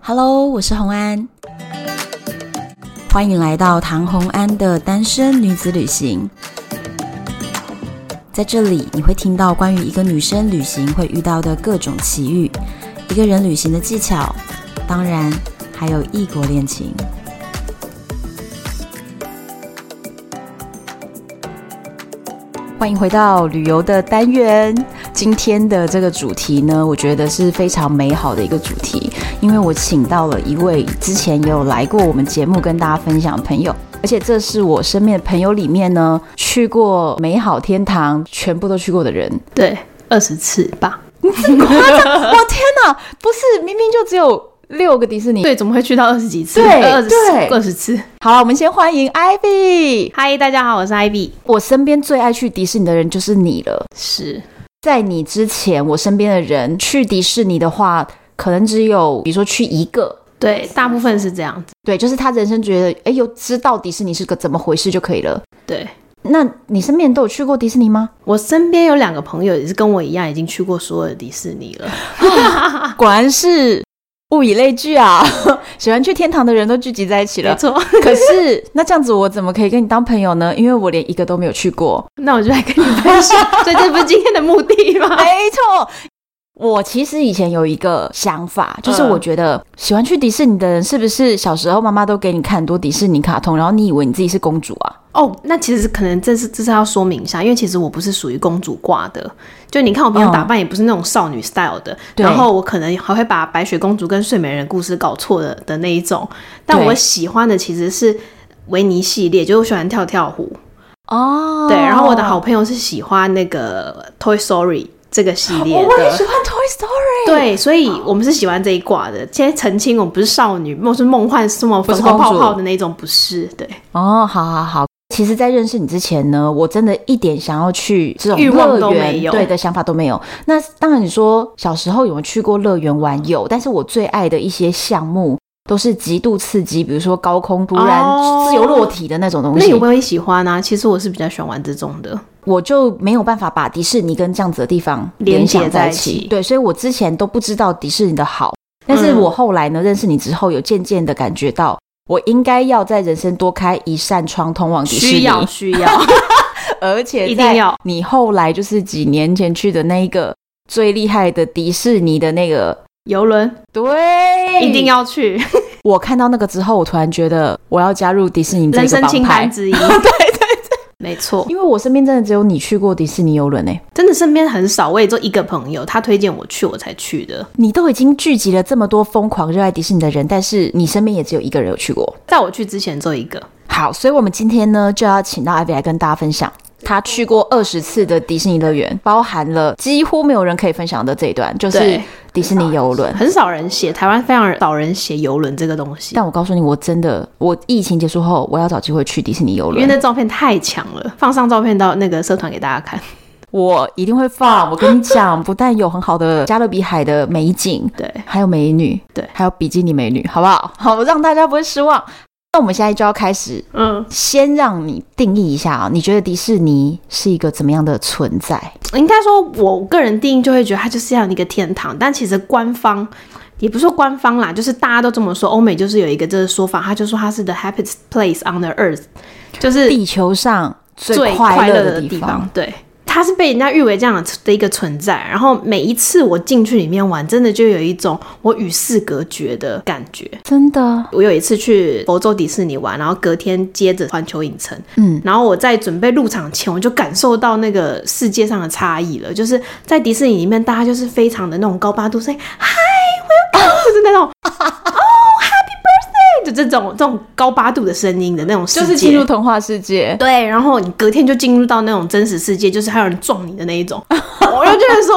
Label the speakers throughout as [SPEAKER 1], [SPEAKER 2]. [SPEAKER 1] Hello，我是红安，欢迎来到唐红安的单身女子旅行。在这里，你会听到关于一个女生旅行会遇到的各种奇遇，一个人旅行的技巧，当然还有异国恋情。欢迎回到旅游的单元。今天的这个主题呢，我觉得是非常美好的一个主题，因为我请到了一位之前有来过我们节目跟大家分享的朋友，而且这是我身边的朋友里面呢去过美好天堂全部都去过的人。
[SPEAKER 2] 对，二十次吧。
[SPEAKER 1] 我天哪，不是明明就只有六个迪士尼。
[SPEAKER 2] 对，怎么会去到二十几次？
[SPEAKER 1] 对
[SPEAKER 2] 二十
[SPEAKER 1] 对
[SPEAKER 2] 二十次。
[SPEAKER 1] 好了，我们先欢迎 Ivy。
[SPEAKER 2] 嗨，大家好，我是 IB。
[SPEAKER 1] 我身边最爱去迪士尼的人就是你了。
[SPEAKER 2] 是，
[SPEAKER 1] 在你之前，我身边的人去迪士尼的话，可能只有比如说去一个，
[SPEAKER 2] 对，大部分是这样子。
[SPEAKER 1] 对，就是他人生觉得，哎，有知道迪士尼是个怎么回事就可以了。
[SPEAKER 2] 对
[SPEAKER 1] 那你身边人都有去过迪士尼吗？
[SPEAKER 2] 我身边有两个朋友也是跟我一样，已经去过所有的迪士尼了。
[SPEAKER 1] 果然是物以类聚啊， 喜欢去天堂的人都聚集在一起
[SPEAKER 2] 没
[SPEAKER 1] 了。
[SPEAKER 2] 错，
[SPEAKER 1] 可是那这样子，我怎么可以跟你当朋友呢？因为我连一个都没有去 过。
[SPEAKER 2] 那我就来跟你分 享。所以这不是今天的目的吗？
[SPEAKER 1] 没错。我其实以前有一个想法，就是
[SPEAKER 2] 嗯
[SPEAKER 1] 我觉得喜欢去迪士尼的人，是不是小时候妈妈都给你看很多迪士尼卡通，然后你以为你自己是公主啊？
[SPEAKER 2] 哦，那其实可能这是这是要说明一下，因为其实我不是属于公主挂的，就你看我平常打扮也不是那种少女 style 的，
[SPEAKER 1] 嗯对
[SPEAKER 2] 然后我可能还会把白雪公主跟睡美人故事搞错的的那一种，但
[SPEAKER 1] 对
[SPEAKER 2] 我喜欢的其实是维尼系列，就是我喜欢跳跳虎，
[SPEAKER 1] 哦
[SPEAKER 2] 对，然后我的好朋友是喜欢那个 Toy Story 这个系列
[SPEAKER 1] 哦我也
[SPEAKER 2] 的
[SPEAKER 1] 喜。欢 Toy Story，，
[SPEAKER 2] 对，所以我们是喜欢这一挂的。现在澄清，我们不是少女，梦是梦幻什么
[SPEAKER 1] 不
[SPEAKER 2] 粉
[SPEAKER 1] 是
[SPEAKER 2] 红
[SPEAKER 1] 公
[SPEAKER 2] 泡
[SPEAKER 1] 主
[SPEAKER 2] 泡的那种，不是。对，
[SPEAKER 1] 哦，好好好。其实，在认识你之前呢，我真的一点想要去这种
[SPEAKER 2] 欲望
[SPEAKER 1] 乐
[SPEAKER 2] 都没
[SPEAKER 1] 园
[SPEAKER 2] 有
[SPEAKER 1] 对的想法都没有。那当然，你说小时候有没有去过乐园玩？有，但是我最爱的一些项目都是极度刺激，比如说高空突然
[SPEAKER 2] 哦
[SPEAKER 1] 自由落体的那种东
[SPEAKER 2] 那
[SPEAKER 1] 西。
[SPEAKER 2] 有没有喜欢啊？其实我是比较喜欢玩这种的。
[SPEAKER 1] 我就没有办法把迪士尼跟这样子的地方
[SPEAKER 2] 连接
[SPEAKER 1] 想在
[SPEAKER 2] 在一起
[SPEAKER 1] 对，所以我之前都不知道迪士尼的好，但是
[SPEAKER 2] 嗯
[SPEAKER 1] 我后来呢，认识你之后，有渐渐的感觉到。我应该要在人生多开一扇窗，通往迪士尼。
[SPEAKER 2] 需要 需要，
[SPEAKER 1] 而且
[SPEAKER 2] 一定
[SPEAKER 1] 在
[SPEAKER 2] 要
[SPEAKER 1] 你后来就是几年前去的那一个最厉害的迪士尼的那个，
[SPEAKER 2] 游轮
[SPEAKER 1] 对，
[SPEAKER 2] 一定。要去，
[SPEAKER 1] 我看到那个之后，我突然觉得我要加入迪士尼这
[SPEAKER 2] 人
[SPEAKER 1] 个
[SPEAKER 2] 生
[SPEAKER 1] 帮
[SPEAKER 2] 清
[SPEAKER 1] 派
[SPEAKER 2] 单，之一。 对对对，没错，
[SPEAKER 1] 因为我身边真的只有你去过迪士尼游轮欸诶，
[SPEAKER 2] 真的身边很少，我也就一个朋友，他推荐我去，我才去的。
[SPEAKER 1] 你都已经聚集了这么多疯狂热爱迪士尼的人，但是你身边也只有一个人有去过。
[SPEAKER 2] 在我去之前做一个，
[SPEAKER 1] 好，所以我们今天呢就要请到艾薇来跟大家分享。他去过二十次的迪士尼乐园，包含了几乎没有人可以分享的这一段，就是
[SPEAKER 2] 对
[SPEAKER 1] 迪士尼游轮。
[SPEAKER 2] 很少人写，台湾非常少人写游轮这个东西，
[SPEAKER 1] 但我告诉你，我真的，我疫情结束后，我要找机会去迪士尼游
[SPEAKER 2] 因为
[SPEAKER 1] 轮，
[SPEAKER 2] 那照片太强了，放上照片到那个社团给大家看。
[SPEAKER 1] 我一定会放。我跟你讲，不但有很好的加勒比海的美景，
[SPEAKER 2] 对，
[SPEAKER 1] 还有美女，
[SPEAKER 2] 对
[SPEAKER 1] 还有比基尼美女，好不好？ 好，让大家不会失望。那我们现在就要开始，
[SPEAKER 2] 嗯，
[SPEAKER 1] 先让你定义一下啊，你觉得迪士尼是一个怎么样的存在？
[SPEAKER 2] 应该说，我个人定义就会觉得它就是这样一个天堂，但其实官方。也不是说官方啦，就是大家都这么说。欧美就是有一个这个说法，他就说它是 the happiest place on the earth，就是
[SPEAKER 1] 地球上最
[SPEAKER 2] 最
[SPEAKER 1] 快
[SPEAKER 2] 快
[SPEAKER 1] 乐
[SPEAKER 2] 乐
[SPEAKER 1] 的
[SPEAKER 2] 的
[SPEAKER 1] 地
[SPEAKER 2] 地
[SPEAKER 1] 方
[SPEAKER 2] 方。。对，它是被人家誉为这样的一个存在。然后每一次我进去里面玩，真的就有一种我与世隔绝的感觉。
[SPEAKER 1] 真的，
[SPEAKER 2] 我有一次去佛州迪士尼玩，然后隔天接着环球影城，
[SPEAKER 1] 嗯，
[SPEAKER 2] 然后我在准备入场前，我就感受到那个世界上的差异了，就是在迪士尼里面，大家就是非常的那种高八度，所以嗨，welcome，就是 那种哦，happy birthday，就这种这种高八度的声音的那种世界，
[SPEAKER 1] 就是进入童话世界。
[SPEAKER 2] 对，然后你隔天就进入到那种真实世界，就是还有人撞你的那一种， 我就觉得说，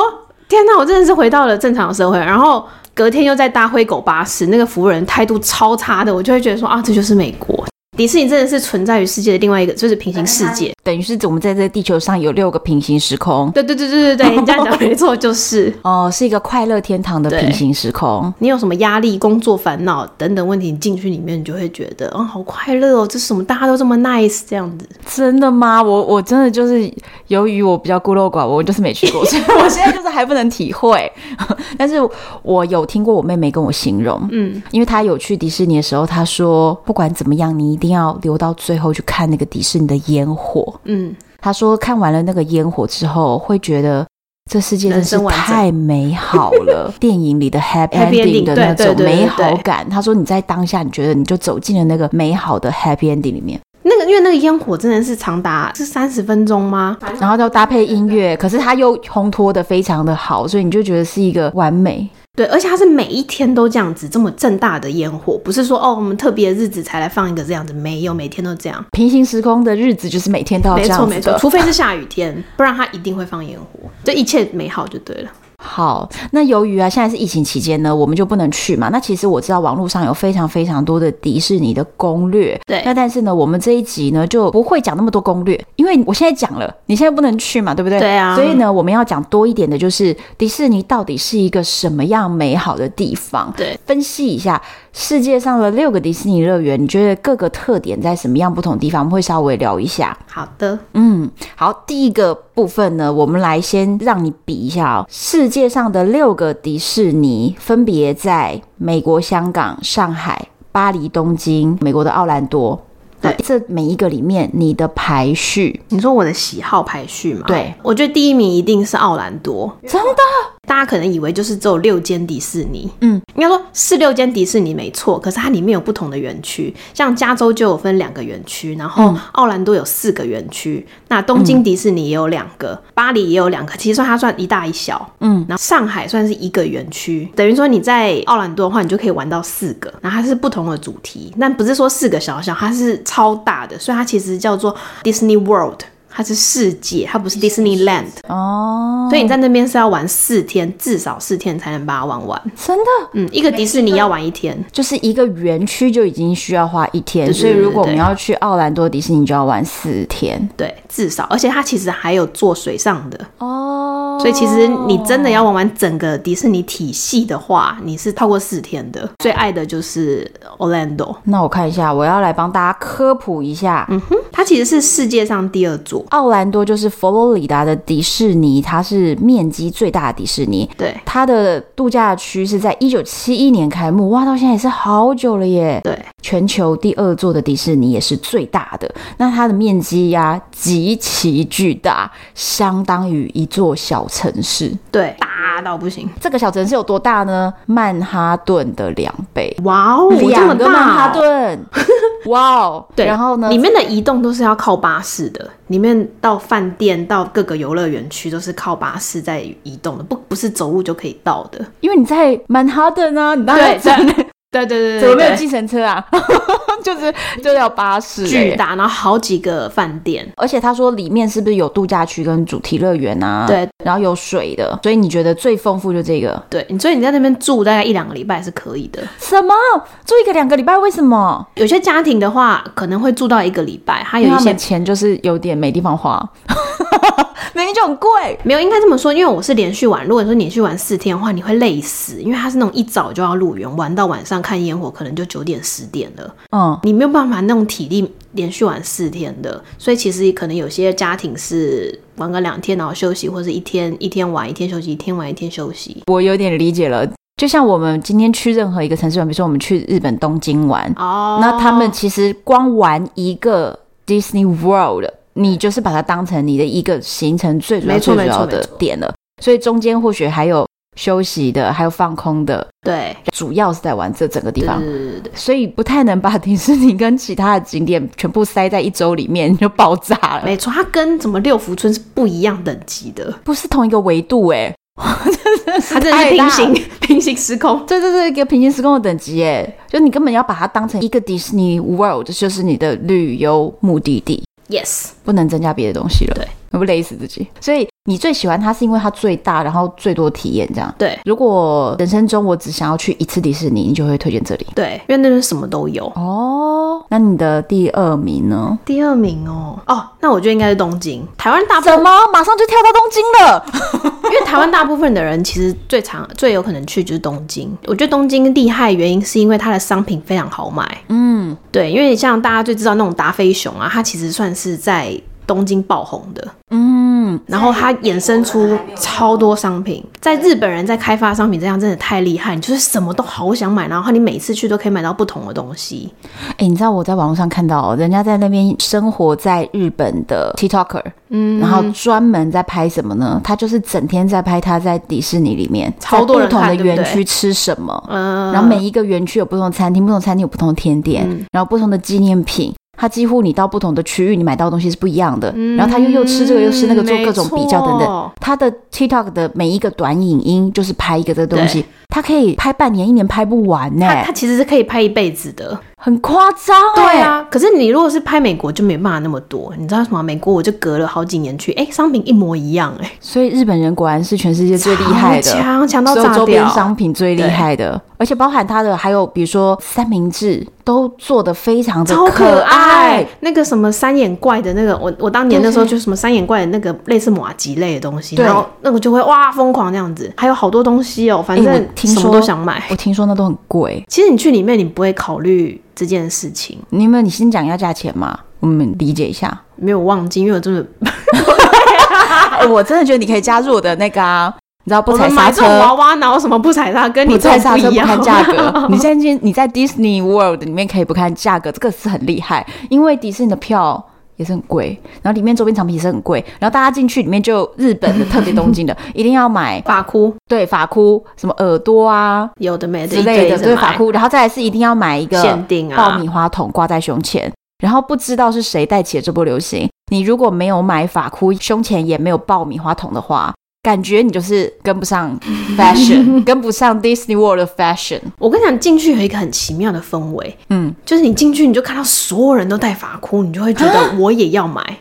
[SPEAKER 2] 天哪，我真的是回到了正常的社会。然后隔天又在搭灰狗巴士，那个服务人态度超差的，我就会觉得说啊，这就是美国。迪士尼真的是存在于世界的另外一个，就是平行世界。
[SPEAKER 1] 等于是我们在这地球上有六个平行时空，
[SPEAKER 2] 对对对对对对，你这样讲没错，就是
[SPEAKER 1] 哦、是一个快乐天堂的
[SPEAKER 2] 对
[SPEAKER 1] 平行时空。
[SPEAKER 2] 你有什么压力、工作烦恼等等问题，你进去里面，你就会觉得，哦，好快乐哦，这是什么？大家都这么 nice 这样子。
[SPEAKER 1] 真的吗？我我真的就是由于我比较孤陋寡闻，我就是没去 过，所以我现在就是还不能体会。 但是我有听过我妹妹跟我形容，嗯，因为她有去迪士尼的时候，她说不管怎么样，你一定要留到最后去看那个迪士尼的烟火。
[SPEAKER 2] 嗯，
[SPEAKER 1] 她说看完了那个烟火之后，会觉得。这世界真是
[SPEAKER 2] 人生完整
[SPEAKER 1] 太美好了， 电影里的 happy
[SPEAKER 2] Happy
[SPEAKER 1] ending
[SPEAKER 2] ending，
[SPEAKER 1] 的那
[SPEAKER 2] 对
[SPEAKER 1] 种
[SPEAKER 2] 对对对
[SPEAKER 1] 美好感。她说你在当下，你觉得你就走进了那个美好的 happy ending 里面。
[SPEAKER 2] 那个因为那个烟火真的是长达是三十分钟吗？
[SPEAKER 1] 然后要搭配音乐，可是它又烘托的非常的好，所以你就觉得是一个完美。
[SPEAKER 2] 对，而且它是每一天都这样子，这么盛大的烟火，不是说哦，我们特别的日子才来放一个这样子，没有，每天都这样。
[SPEAKER 1] 平行时空的日子就是每天都要
[SPEAKER 2] 没
[SPEAKER 1] 这样
[SPEAKER 2] 错
[SPEAKER 1] 子
[SPEAKER 2] 没错，
[SPEAKER 1] 的
[SPEAKER 2] 除非是下雨天，不然它一定会放烟火，这一切美好就对了。
[SPEAKER 1] 好，那由于啊现在是疫情期间呢，我们就不能去嘛。那其实我知道网络上有非常非常多的迪士尼的攻略，
[SPEAKER 2] 对
[SPEAKER 1] 那但是呢，我们这一集呢就不会讲那么多攻略，因为我现在讲了，你现在不能去嘛，对不对？
[SPEAKER 2] 对啊
[SPEAKER 1] 所以呢，我们要讲多一点的就是迪士尼到底是一个什么样美好的地方。
[SPEAKER 2] 对，
[SPEAKER 1] 分析一下世界上的六个迪士尼乐园，你觉得各个特点在什么样不同的地方？我们会稍微聊一下。
[SPEAKER 2] 好的，
[SPEAKER 1] 嗯，好，第一个部分呢，我们来先让你比一下哦。世界上的六个迪士尼分别在美国、香港、上海、巴黎、东京、美国的奥兰多。
[SPEAKER 2] 对
[SPEAKER 1] 这每一个里面你的排序，
[SPEAKER 2] 你说我的喜好排序嘛？
[SPEAKER 1] 对，
[SPEAKER 2] 我觉得第一名一定是奥兰多。
[SPEAKER 1] 真的
[SPEAKER 2] 大家可能以为就是只有六间迪士尼，
[SPEAKER 1] 嗯，
[SPEAKER 2] 应该说是六间迪士尼没错，可是它里面有不同的园区，像加州就有分两个园区，然后奥兰多有四个园区，那东京迪士尼也有两个，巴黎也有两个，其实算它算一大一小，
[SPEAKER 1] 嗯，
[SPEAKER 2] 然后上海算是一个园区，等于说你在奥兰多的话，你就可以玩到四个，然后它是不同的主题，但不是说四个小小，它是超大的，所以它其实叫做 Disney World。它是世界，它不是 Disneyland，
[SPEAKER 1] 哦，
[SPEAKER 2] 所以你在那边是要玩四天，至少四天才能把它玩完。
[SPEAKER 1] 真的
[SPEAKER 2] 嗯，一个迪士尼要玩一天，
[SPEAKER 1] 就是一个园区就已经需要花一天，
[SPEAKER 2] 对对对
[SPEAKER 1] 所以如果我们
[SPEAKER 2] 对
[SPEAKER 1] 要去奥兰多迪士尼，就要玩四天
[SPEAKER 2] 对，至少，而且它其实还有做水上的，
[SPEAKER 1] 哦。
[SPEAKER 2] 所以其实你真的要玩完整个迪士尼体系的话，你是超过四天的。最爱的就是 Orlando，
[SPEAKER 1] 那我看一下，我要来帮大家科普一下。嗯，
[SPEAKER 2] 它其实是世界上第二座，
[SPEAKER 1] 奥兰多就是佛罗里达的迪士尼，它是面积最大的迪士尼。
[SPEAKER 2] 对
[SPEAKER 1] 它的度假区是在一九七一年开幕，哇，到现在也是好久了耶！
[SPEAKER 2] 对，
[SPEAKER 1] 全球第二座的迪士尼也是最大的，那它的面积呀、极其巨大，相当于一座小城市。
[SPEAKER 2] 对，大到不行，
[SPEAKER 1] 这个小城市有多大呢？曼哈顿的两倍，
[SPEAKER 2] 哇哦，这么
[SPEAKER 1] 两个曼哈
[SPEAKER 2] 大哦、
[SPEAKER 1] 顿，哇哦！
[SPEAKER 2] 对，
[SPEAKER 1] 然后呢？
[SPEAKER 2] 里面的移动都是要靠巴士的，里面到饭店到各个游乐园区都是靠巴士在移动的，不不是走路就可以到的。
[SPEAKER 1] 因为你在曼哈顿啊，你当然
[SPEAKER 2] 对
[SPEAKER 1] 在
[SPEAKER 2] 对对对
[SPEAKER 1] 怎么没有计程车啊？ 就是就要巴士、欸
[SPEAKER 2] 巨。大，然后好几个饭店。
[SPEAKER 1] 而且他说里面是不是有度假区跟主题乐园啊？，
[SPEAKER 2] 对
[SPEAKER 1] 然后有水的，所以你觉得最丰富就这个？
[SPEAKER 2] 对，你所以你在那边住大概一两个礼拜是可以的。
[SPEAKER 1] 什么住一个两个礼拜？为什么？
[SPEAKER 2] 有些家庭的话，可能会住到一个礼拜，还
[SPEAKER 1] 因
[SPEAKER 2] 有
[SPEAKER 1] 为
[SPEAKER 2] 一
[SPEAKER 1] 他
[SPEAKER 2] 些
[SPEAKER 1] 们钱就是有点没地方花， 明明就很贵。
[SPEAKER 2] 没有，应该这么说，因为我是连续玩。如果你说连续玩四天的话，你会累死，因为它是那种一早就要入园，玩到晚上看烟火，可能就九点十点了，
[SPEAKER 1] 嗯，
[SPEAKER 2] 你没有办法那种体力连续玩四天的。所以其实可能有些家庭是玩个两天，然后休息，或是一天一天玩一天休息，一天玩一天休息。
[SPEAKER 1] 我有点理解了。就像我们今天去任何一个城市玩，比如说我们去日本东京玩，
[SPEAKER 2] 哦
[SPEAKER 1] 那他们其实光玩一个 Disney World，你就是把它当成你的一个行程最主要、
[SPEAKER 2] 没错
[SPEAKER 1] 最主要
[SPEAKER 2] 没错
[SPEAKER 1] 的
[SPEAKER 2] 没错
[SPEAKER 1] 点了。所以中间或许还有休息的，还有放空的，
[SPEAKER 2] 对
[SPEAKER 1] 主要是在玩这整个地
[SPEAKER 2] 对对
[SPEAKER 1] 方。
[SPEAKER 2] 对对对。
[SPEAKER 1] 所以不太能把迪士尼跟其他的景点全部塞在一周里面，就爆炸了。
[SPEAKER 2] 没错，它跟什么六福村是不一样等级的，
[SPEAKER 1] 不是同一个维度哎、
[SPEAKER 2] 它真的是
[SPEAKER 1] 太大
[SPEAKER 2] 平行 平行时空。
[SPEAKER 1] 对对对，一个平行时空的等级耶，就你根本要把它当成一个迪士尼 World，就是你的旅游目的地，
[SPEAKER 2] Yes，
[SPEAKER 1] 不能增加别的东西了。
[SPEAKER 2] 对，
[SPEAKER 1] 我不累死自己。所以你最喜欢它是因为它最大，然后最多体验这样。
[SPEAKER 2] 对
[SPEAKER 1] 如果人生中我只想要去一次迪士尼，你就会推荐这里
[SPEAKER 2] 对，因为那边什么都有。
[SPEAKER 1] 哦。那你的第二名呢？
[SPEAKER 2] 第二名哦，哦，那我觉得应该是东京。台湾大部
[SPEAKER 1] 怎么马上就跳到东京了？
[SPEAKER 2] 因为台湾大部分的人其实最常、最有可能去就是东京。我觉得东京厉害的原因是因为它的商品非常好买。嗯，对，因为像大家最知道那种达菲熊啊，它其实算是在东京爆红的。嗯，然后它衍生出超多商品，在日本人在开发商品这样真的太厉害，你就是什么都好想买，然后你每次去都可以买到不同的东西。
[SPEAKER 1] 哎、你知道我在网络上看到哦人家在那边生活在日本的 TikToker，嗯，然后专门在拍什么呢？他就是整天在拍他在迪士尼里面，
[SPEAKER 2] 超多
[SPEAKER 1] 在
[SPEAKER 2] 人
[SPEAKER 1] 不同的
[SPEAKER 2] 看对不
[SPEAKER 1] 园
[SPEAKER 2] 对
[SPEAKER 1] 区吃什么，
[SPEAKER 2] 嗯，
[SPEAKER 1] 然后每一个园区有不同的餐厅，不同的餐厅有不同的甜点，然后不同的纪念品。它几乎你到不同的区域，你买到的东西是不一样的。然后他又又吃这个又吃那个，做各种比较等
[SPEAKER 2] 嗯没
[SPEAKER 1] 等。
[SPEAKER 2] 错
[SPEAKER 1] 他的 TikTok 的每一个短影音就是拍一个这个东西，他可以拍半年、一年拍不完呢、
[SPEAKER 2] 它它其实是可以拍一辈子的。
[SPEAKER 1] 很夸张、欸
[SPEAKER 2] 对，啊，可是你如果是拍美国就没办法那么多，你知道什么？美国我就隔了好几年去，哎、商品一模一样、 哎，
[SPEAKER 1] 所以日本人果然是全世界最厉害
[SPEAKER 2] 超
[SPEAKER 1] 的，
[SPEAKER 2] 强强到
[SPEAKER 1] 所有
[SPEAKER 2] 炸
[SPEAKER 1] 周边
[SPEAKER 2] 掉。
[SPEAKER 1] 商品最厉害的，而且包含他的还有比如说三明治都做的非常的
[SPEAKER 2] 超可爱
[SPEAKER 1] 爱，，
[SPEAKER 2] 那个什么三眼怪的那个，我我当年那时候就什么三眼怪的那个类似马吉类的东西，
[SPEAKER 1] 对
[SPEAKER 2] 然后那个就会哇疯狂那样子，还有好多东西哦，反
[SPEAKER 1] 哎
[SPEAKER 2] 正
[SPEAKER 1] 我听
[SPEAKER 2] 什么
[SPEAKER 1] 说
[SPEAKER 2] 都想买。
[SPEAKER 1] 我听说那都很贵。
[SPEAKER 2] 其实你去里面你不会考虑这件事情，
[SPEAKER 1] 你们你先讲一下价钱嘛，我们理解一下。
[SPEAKER 2] 没有忘记，因为我真的
[SPEAKER 1] 哎我真的觉得你可以加入我的那个、啊，你知道不
[SPEAKER 2] 我
[SPEAKER 1] 踩
[SPEAKER 2] 们
[SPEAKER 1] 刹
[SPEAKER 2] 买这种
[SPEAKER 1] 车
[SPEAKER 2] 娃，娃哪有什么不踩刹，跟你
[SPEAKER 1] 不
[SPEAKER 2] 这
[SPEAKER 1] 踩
[SPEAKER 2] 种
[SPEAKER 1] 刹
[SPEAKER 2] 不
[SPEAKER 1] 车
[SPEAKER 2] 一
[SPEAKER 1] 不
[SPEAKER 2] 样。
[SPEAKER 1] 看价 格。你在今你在 Disney World 里面可以不看价格，这个是很厉害，因为迪士尼的票。也是很贵，然后里面周边产品也是很贵，然后大家进去里面就有日本的特别东 京的，一定要买
[SPEAKER 2] 发箍
[SPEAKER 1] 对发箍什么耳朵啊
[SPEAKER 2] 有的没的
[SPEAKER 1] 之类的，对
[SPEAKER 2] 对
[SPEAKER 1] 发箍，然后再来是一定要买一个
[SPEAKER 2] 限定啊，
[SPEAKER 1] 爆米花筒挂在胸前，然后不知道是谁带起了这波流行。你如果没有买发箍，胸前也没有爆米花筒的话，感觉你就是跟不 上 fashion，跟不上 Disney World 的 fashion。
[SPEAKER 2] 我跟你讲，进去有一个很奇妙的氛围，
[SPEAKER 1] 嗯，
[SPEAKER 2] 就是你进去你就看到所有人都戴发箍，你就会觉得我也要买。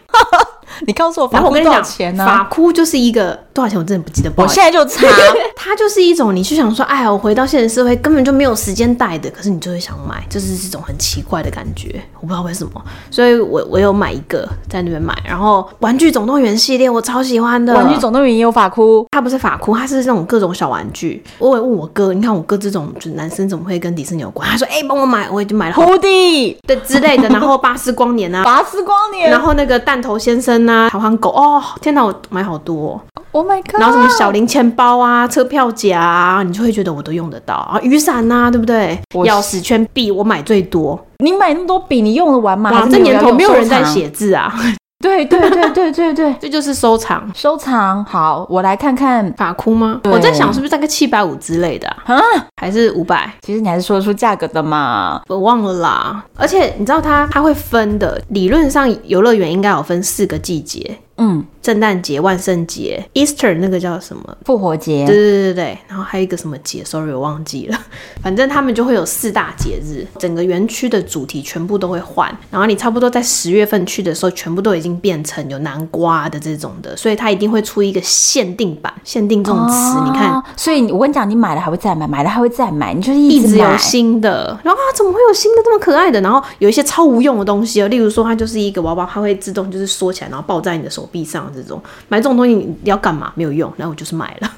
[SPEAKER 1] 你告诉我发
[SPEAKER 2] 然后
[SPEAKER 1] 箍
[SPEAKER 2] 我
[SPEAKER 1] 啊多
[SPEAKER 2] 跟你
[SPEAKER 1] 少
[SPEAKER 2] 讲，
[SPEAKER 1] 钱呢、
[SPEAKER 2] 发箍就是一个多少钱，我真的不记得。不
[SPEAKER 1] 我
[SPEAKER 2] 好意思
[SPEAKER 1] 现在就 查，
[SPEAKER 2] 它就是一种，你去想说，哎呀，我回到现实社会根本就没有时间戴的，可是你就会想买，就是这种很奇怪的感觉，我不知道为什么。所以我我有买一个在那边买，然后《玩具总动员》系列我超喜欢的，
[SPEAKER 1] 《玩具总动员》也有发箍，
[SPEAKER 2] 它不是发箍，它是那种各种小玩具。我也问我哥，你看我哥这种就男生怎么会跟迪士尼有关？他说：“哎、帮我买，我已经买了好
[SPEAKER 1] 胡迪、
[SPEAKER 2] 对 之类的，然后巴斯光年啊，
[SPEAKER 1] 拔丝光年
[SPEAKER 2] 然后那个弹头先生啊，逃亡狗哦，天哪，我买好多、哦，
[SPEAKER 1] ，Oh my God，
[SPEAKER 2] 然后什么小零钱包啊、车票夹啊，你就会觉得我都用得到啊，雨伞呐、啊，对不对？
[SPEAKER 1] 我
[SPEAKER 2] 钥匙圈币我买最多，
[SPEAKER 1] 你买那么多笔，你用得完吗？啊还
[SPEAKER 2] 哇，
[SPEAKER 1] 是
[SPEAKER 2] 这
[SPEAKER 1] 你
[SPEAKER 2] 年头
[SPEAKER 1] 要
[SPEAKER 2] 没有人
[SPEAKER 1] 收
[SPEAKER 2] 在
[SPEAKER 1] 藏。
[SPEAKER 2] 写字啊，
[SPEAKER 1] 对对对对对对，
[SPEAKER 2] 这就是收藏。
[SPEAKER 1] 收藏好，我来看看。
[SPEAKER 2] 法哭吗？
[SPEAKER 1] 对
[SPEAKER 2] 我在想是不是大概七百五之类的、啊，
[SPEAKER 1] 啊，
[SPEAKER 2] 还是五百？
[SPEAKER 1] 其实你还是说得出价格的嘛。
[SPEAKER 2] 我忘了啦，而且你知道它它会分的，理论上游乐园应该有分四个季节，
[SPEAKER 1] 嗯，
[SPEAKER 2] 圣诞节、万圣节、Easter 那个叫什么？
[SPEAKER 1] 复活节
[SPEAKER 2] 对对对对对，然后还有一个什么节，sorry 我忘记了， 反正他们就会有四大节日，整个园区的主题全部都会换，然后你差不多在十月份去的时候，全部都已经变成有南瓜的这种的，所以它一定会出一个限定版，限定这种词，你看
[SPEAKER 1] 哦所以你我跟你讲，你买了还会再买，买了还会再买，你就是
[SPEAKER 2] 一直
[SPEAKER 1] 直买
[SPEAKER 2] 有。新的，然后啊，怎么会有新的这么可爱的？然后有一些超无用的东西哦，例如说它就是一个娃娃，它会自动就是缩起来，然后抱在你的手臂上这种。买这种东西你要干嘛？没有用，然后我就是买了。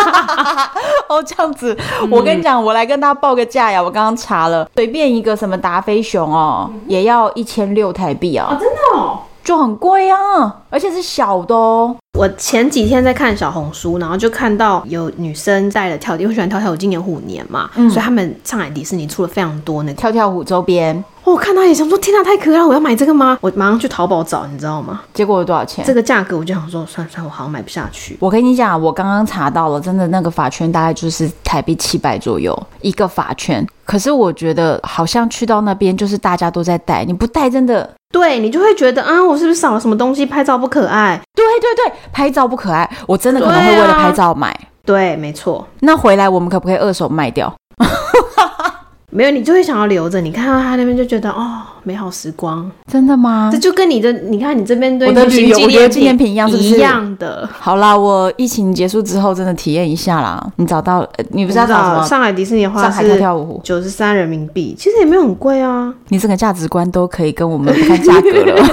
[SPEAKER 1] 哦， 这样子，我跟你讲，我来跟大家报个价呀。我刚刚查了，随便一个什么达菲熊哦，也要一千六台币啊，
[SPEAKER 2] 真的哦。
[SPEAKER 1] 就很贵啊，而且是小的哦。
[SPEAKER 2] 我前几天在看小红书，然后就看到有女生带了跳跳，因为我喜欢跳跳舞，今年虎年嘛，所以他们上海迪士尼出了非常多那个。
[SPEAKER 1] 跳跳虎周边，
[SPEAKER 2] 哦我看到也想说，天哪，太可爱了，我要买这个吗？我马上去淘宝找，你知道吗？
[SPEAKER 1] 结果有多少钱？
[SPEAKER 2] 这个价格我就想说，算了算了，我好像买不下去。
[SPEAKER 1] 我跟你讲，我刚刚查到了，真的那个法圈大概就是台币七百左右一个法圈。可是我觉得好像去到那边就是大家都在戴，你不戴真的
[SPEAKER 2] 对你就会觉得，啊，我是不是少了什么东西？拍照不可爱。
[SPEAKER 1] 对对对，拍照不可爱，我真的可能会
[SPEAKER 2] 对啊
[SPEAKER 1] 为了拍照买。
[SPEAKER 2] 对，没错，
[SPEAKER 1] 那回来我们可不可以二手卖掉？
[SPEAKER 2] 没有你就会想要留着。你看到他那边就觉得哦，美好时光，
[SPEAKER 1] 真的吗
[SPEAKER 2] 这？就跟你的你看你这边
[SPEAKER 1] 嗯
[SPEAKER 2] 对
[SPEAKER 1] 我的
[SPEAKER 2] 旅行
[SPEAKER 1] 旅游
[SPEAKER 2] 纪
[SPEAKER 1] 我的纪念
[SPEAKER 2] 念
[SPEAKER 1] 品一样是不是
[SPEAKER 2] 一样的。
[SPEAKER 1] 好啦，我疫情结束之后真的体验一下啦。你找到，呃你不是要
[SPEAKER 2] 知
[SPEAKER 1] 找什
[SPEAKER 2] 道
[SPEAKER 1] 么？
[SPEAKER 2] 上海迪士尼的话
[SPEAKER 1] 上海
[SPEAKER 2] 是
[SPEAKER 1] 跳跳舞
[SPEAKER 2] 九十三人民币，其实也没有很贵啊。
[SPEAKER 1] 你整个价值观都可以跟我们看价格了，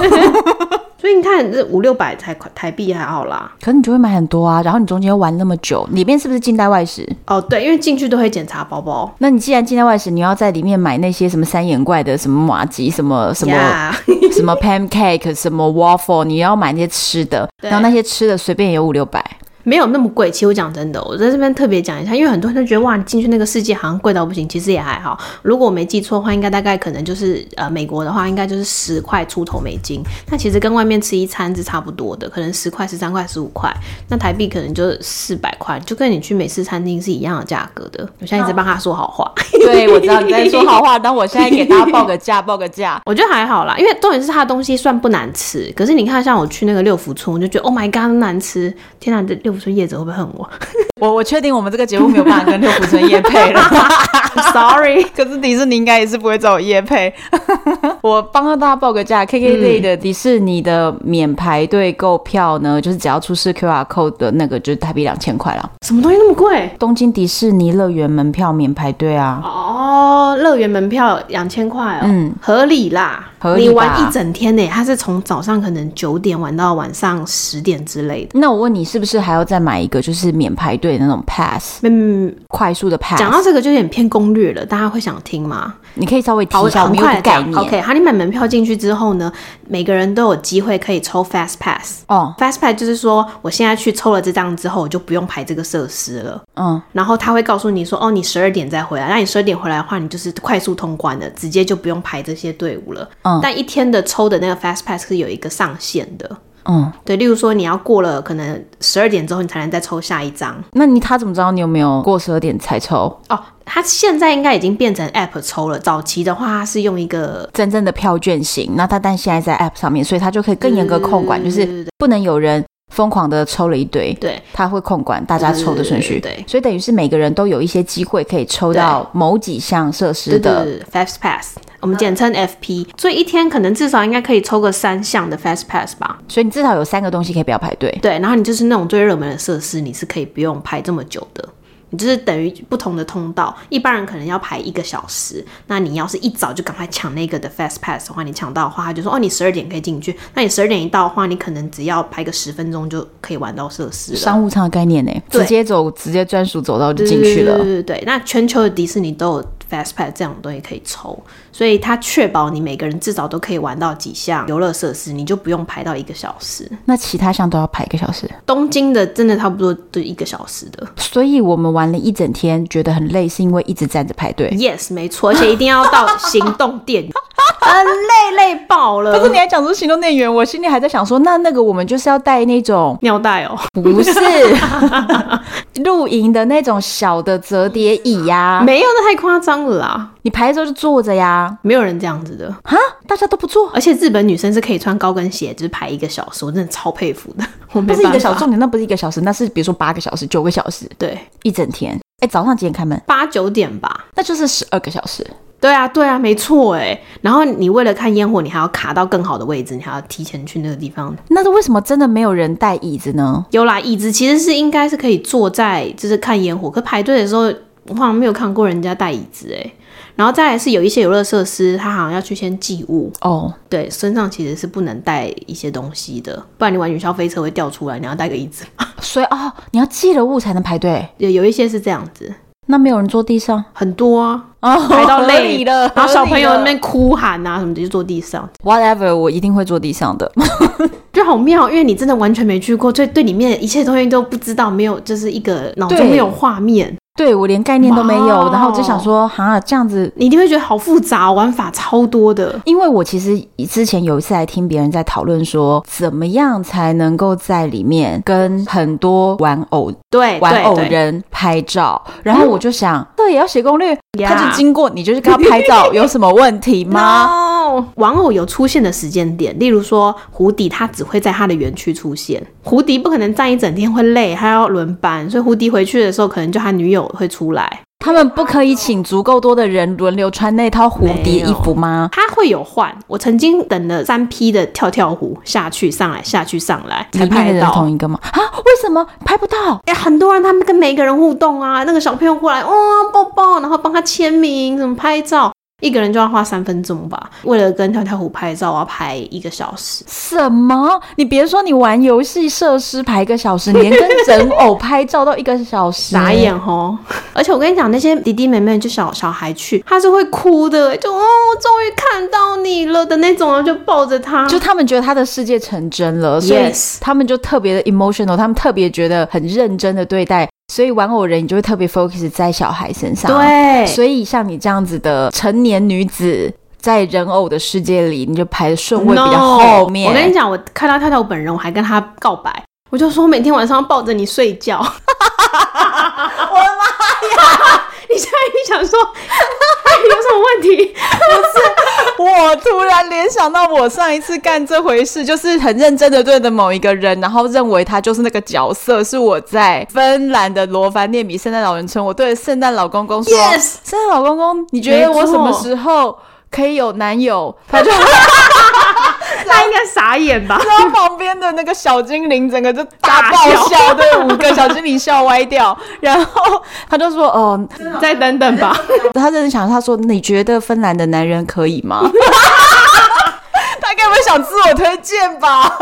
[SPEAKER 2] 所以你看这五六百台台币还好啦。
[SPEAKER 1] 可是你就会买很多啊。然后你中间又玩那么久，里面是不是近代外食？
[SPEAKER 2] 哦，对，因为进去都会检查包包。
[SPEAKER 1] 那你既然近代外食，你要在里面买那些什么三眼怪的什么马吉什么 什么
[SPEAKER 2] Yeah
[SPEAKER 1] 什么 pancake 什么 waffle，你要买那些吃的，
[SPEAKER 2] 对
[SPEAKER 1] 然后那些吃的随便也有五六百。
[SPEAKER 2] 没有那么贵。其实我讲真的，我在这边特别讲一下，因为很多人都觉得哇，你进去那个世界好像贵到不行，其实也还好。如果我没记错的话，应该大概可能就是呃，美国的话应该就是十块出头美金，那其实跟外面吃一餐是差不多的，可能十块、十三块、十五块，那台币可能就四百块，就跟你去美式餐厅是一样的价格的。我现在一直帮他说好话。
[SPEAKER 1] 对，我知道你在说好话，但我现在给大家报个价，报个 价。
[SPEAKER 2] 我觉得还好啦，因为重点是它的东西算不难吃，可是你看像我去那个六福村，我就觉得 Oh my God，难吃！天哪，这六福村叶子会不会恨我
[SPEAKER 1] 我我确定我们这个节目没有办法跟六福村夜配 了。
[SPEAKER 2] I'm？Sorry，
[SPEAKER 1] 可是迪士尼应该也是不会找我夜配， 嗯我帮大家报个价，KK Day 的迪士尼的免排队购票呢，就是只要出示 QR code 的那个，就是台币两千块了。
[SPEAKER 2] 什么东西那么贵？
[SPEAKER 1] 东京迪士尼乐园门票免排队啊，
[SPEAKER 2] 哦，乐园门票两千块哦，
[SPEAKER 1] 嗯，
[SPEAKER 2] 合理啦，
[SPEAKER 1] 合理吧
[SPEAKER 2] 你玩一整天呢，它是从早上可能九点玩到晚上十点之类的。
[SPEAKER 1] 那我问你，是不是还要再买一个就是免排队的那种 pass，
[SPEAKER 2] 嗯，
[SPEAKER 1] 快速的 pass？
[SPEAKER 2] 讲到这个就有点偏攻略了，大家会想听吗？
[SPEAKER 1] 你可以稍微提
[SPEAKER 2] 好，
[SPEAKER 1] 一下，我
[SPEAKER 2] 很
[SPEAKER 1] 们有
[SPEAKER 2] 快
[SPEAKER 1] 个
[SPEAKER 2] 地
[SPEAKER 1] 概
[SPEAKER 2] 讲。
[SPEAKER 1] 念。
[SPEAKER 2] OK，好，你买门票进去之后呢，每个人都有机会可以抽 Fast Pass。
[SPEAKER 1] 哦，
[SPEAKER 2] Fast Pass 就是说，我现在去抽了这张之后，我就不用排这个设施了。
[SPEAKER 1] 嗯，
[SPEAKER 2] 然后他会告诉你说，哦，你十二点再回来。那你十二点回来的话，你就是快速通关的，直接就不用排这些队伍了。
[SPEAKER 1] 嗯
[SPEAKER 2] 但一天的抽的那个 Fast Pass 是有一个上限的。
[SPEAKER 1] 嗯，
[SPEAKER 2] 对，例如说你要过了可能十二点之后，你才能再抽下一张。
[SPEAKER 1] 那你他怎么知道你有没有过十二点才抽？
[SPEAKER 2] 哦，它现在应该已经变成 App 抽了。早期的话，它是用一个
[SPEAKER 1] 真正的票券型，那他但现在在 App 上面，所以他就可以更严格控
[SPEAKER 2] 嗯
[SPEAKER 1] 管，就是不能有人疯狂的抽了一堆，
[SPEAKER 2] 对
[SPEAKER 1] 他会控管大家抽的顺序，
[SPEAKER 2] 对对对
[SPEAKER 1] 所以等于是每个人都有一些机会可以抽到某几项设施的。
[SPEAKER 2] 对对对 Fast Pass，我们简称 FP。所以一天可能至少应该可以抽个三项的 Fast Pass 吧。
[SPEAKER 1] 所以你至少有三个东西可以不要排队。
[SPEAKER 2] 对，然后你就是那种最热门的设施，你是可以不用排这么久的。你就是等于不同的通道，一般人可能要排一个小时，那你要是一早就赶快抢那个的 fast pass 的话，你抢到的话，他就说哦，你十二点可以进去。那你十二点一到的话，你可能只要排个十分钟就可以玩到设施了。
[SPEAKER 1] 商务舱的概念呢、
[SPEAKER 2] 对
[SPEAKER 1] 直接走，直接专属走道就进去
[SPEAKER 2] 对
[SPEAKER 1] 了。
[SPEAKER 2] 对对对，那全球的迪士尼都有 fast pass 这种东西可以抽，所以它确保你每个人至少都可以玩到几项游乐设施，你就不用排到一个小时。
[SPEAKER 1] 那其他项都要排一个小时，
[SPEAKER 2] 东京的真的差不多都一个小时的。
[SPEAKER 1] 所以我们玩了一整天，觉得很累，是因为一直站着排队。
[SPEAKER 2] Yes，没错，而且一定要到行动 电源，很累累爆
[SPEAKER 1] 可是
[SPEAKER 2] 了。
[SPEAKER 1] 你还讲出行动电源，我心里还在想说，那那个我们就是要带那种
[SPEAKER 2] 尿袋哦，
[SPEAKER 1] 不 是露营的那种小的折叠椅呀、
[SPEAKER 2] 没有，那太夸张了啦，
[SPEAKER 1] 你排的时候就坐着呀，
[SPEAKER 2] 没有人这样子的。
[SPEAKER 1] 哈，大家都不坐，
[SPEAKER 2] 而且日本女生是可以穿高跟鞋，就是排一个小时，我真的超佩服的。 我
[SPEAKER 1] 那
[SPEAKER 2] 没办
[SPEAKER 1] 是
[SPEAKER 2] 法
[SPEAKER 1] 一个小重点，那不是一个小时，那是比如说八个小时、九个小时，
[SPEAKER 2] 对，
[SPEAKER 1] 一整天。哎，早上几点开门？
[SPEAKER 2] 八九点吧。
[SPEAKER 1] 那就是十二个小时。
[SPEAKER 2] 对啊，对啊，没错哎。然后你为了看烟火，你还要卡到更好的位置，你还要提前去那个地方。
[SPEAKER 1] 那是为什么真的没有人带椅子呢？
[SPEAKER 2] 有啦，椅子其实是应该是可以坐在，就是看烟火。可排队的时候，我好像没有看过人家带椅子哎、然后再来是有一些游乐设施，它好像要去先寄物，
[SPEAKER 1] 哦，
[SPEAKER 2] 对，身上其实是不能带一些东西的，不然你玩云霄飞车会掉出来，你要带个椅子。
[SPEAKER 1] 所以哦，你要寄了物才能排队，
[SPEAKER 2] 有有一些是这样子，
[SPEAKER 1] 那没有人坐地上
[SPEAKER 2] 很多啊，
[SPEAKER 1] 哦，
[SPEAKER 2] 排到
[SPEAKER 1] 合
[SPEAKER 2] 累
[SPEAKER 1] 理了。
[SPEAKER 2] 然后小朋友
[SPEAKER 1] 合
[SPEAKER 2] 那
[SPEAKER 1] 理了
[SPEAKER 2] 边哭喊啊什么的，就坐地上，
[SPEAKER 1] whatever，我一定会坐地上的。
[SPEAKER 2] 就好妙，因为你真的完全没去过，所以对里面的一切东西都不知道，没有就是一个脑
[SPEAKER 1] 对
[SPEAKER 2] 中没有画面，
[SPEAKER 1] 对我连概念都没有
[SPEAKER 2] 哇哦
[SPEAKER 1] 然后我就想说，哈，这样子
[SPEAKER 2] 你一定会觉得好复杂，玩法超多的。
[SPEAKER 1] 因为我其实之前有一次还听别人在讨论说，怎么样才能够在里面跟很多玩偶
[SPEAKER 2] 哎对，
[SPEAKER 1] 玩偶
[SPEAKER 2] 对对
[SPEAKER 1] 人拍照，然后我就想，这也要写攻略，他就
[SPEAKER 2] Yeah
[SPEAKER 1] 经过你就是跟他拍照，有什么问题
[SPEAKER 2] 啊
[SPEAKER 1] 吗？
[SPEAKER 2] No，玩偶有出现的时间点，例如说胡迪，它只会在它的园区出现。胡迪不可能站一整天会累，它要轮班，所以胡迪回去的时候，可能就他女友会出来。
[SPEAKER 1] 他们不可以请足够多的人轮流穿那套蝴蝶衣服吗？
[SPEAKER 2] 他会有换。我曾经等了三批的跳跳虎下去上来下去上来才
[SPEAKER 1] 里面
[SPEAKER 2] 拍
[SPEAKER 1] 的
[SPEAKER 2] 得
[SPEAKER 1] 人
[SPEAKER 2] 到
[SPEAKER 1] 是同一个吗？啊，为什么拍不到？
[SPEAKER 2] 哎、很多人他们跟每一个人互动啊，那个小朋友过来，哇、抱抱，然后帮他签名，怎么拍照，一个人就要花三分钟吧。为了跟跳跳虎拍照，我要拍一个小时。
[SPEAKER 1] 什么？你别说你玩游戏设施排一个小 时，你连跟人偶拍照都一个小时，欸
[SPEAKER 2] 傻眼
[SPEAKER 1] 哦
[SPEAKER 2] 吼！而且我跟你讲，那些弟弟妹妹就小小孩去，他是会哭的，就哦，终于看到你了的那种，然后就抱着他，
[SPEAKER 1] 就他们觉得他的世界成真了，所以
[SPEAKER 2] Yes
[SPEAKER 1] 他们就特别的 emotional，他们特别觉得很认真的对待，所以玩偶人你就会特别 focus 在小孩身上。，
[SPEAKER 2] 对，
[SPEAKER 1] 所以像你这样子的成年女子，在人偶的世界里，你就排的顺位比较
[SPEAKER 2] No，
[SPEAKER 1] 后面。
[SPEAKER 2] 我跟你讲，我看到跳跳本人，我还跟他告白，我就说每天晚上要抱着你睡觉。我的妈呀！ 你现在一想说 有什么 问题？
[SPEAKER 1] 我突然联想到我上一次干这回事，就是很认真的对着某一个人，然后认为他就是那个角色，是我在芬兰的罗凡涅米圣诞老人村，我对着圣诞老公公说
[SPEAKER 2] Yes
[SPEAKER 1] 圣诞老公公，你觉得我什么时候可以有男友？”他就
[SPEAKER 2] 他应该傻眼吧？
[SPEAKER 1] 然后旁边的那个小精灵整个就大爆
[SPEAKER 2] 大
[SPEAKER 1] 笑，对，五个小精灵笑歪掉，然后他就说：“哦，
[SPEAKER 2] 再等等吧。
[SPEAKER 1] 他认真想，他说：“你觉得芬兰的男人可以吗？” 他该不会想自我推荐吧？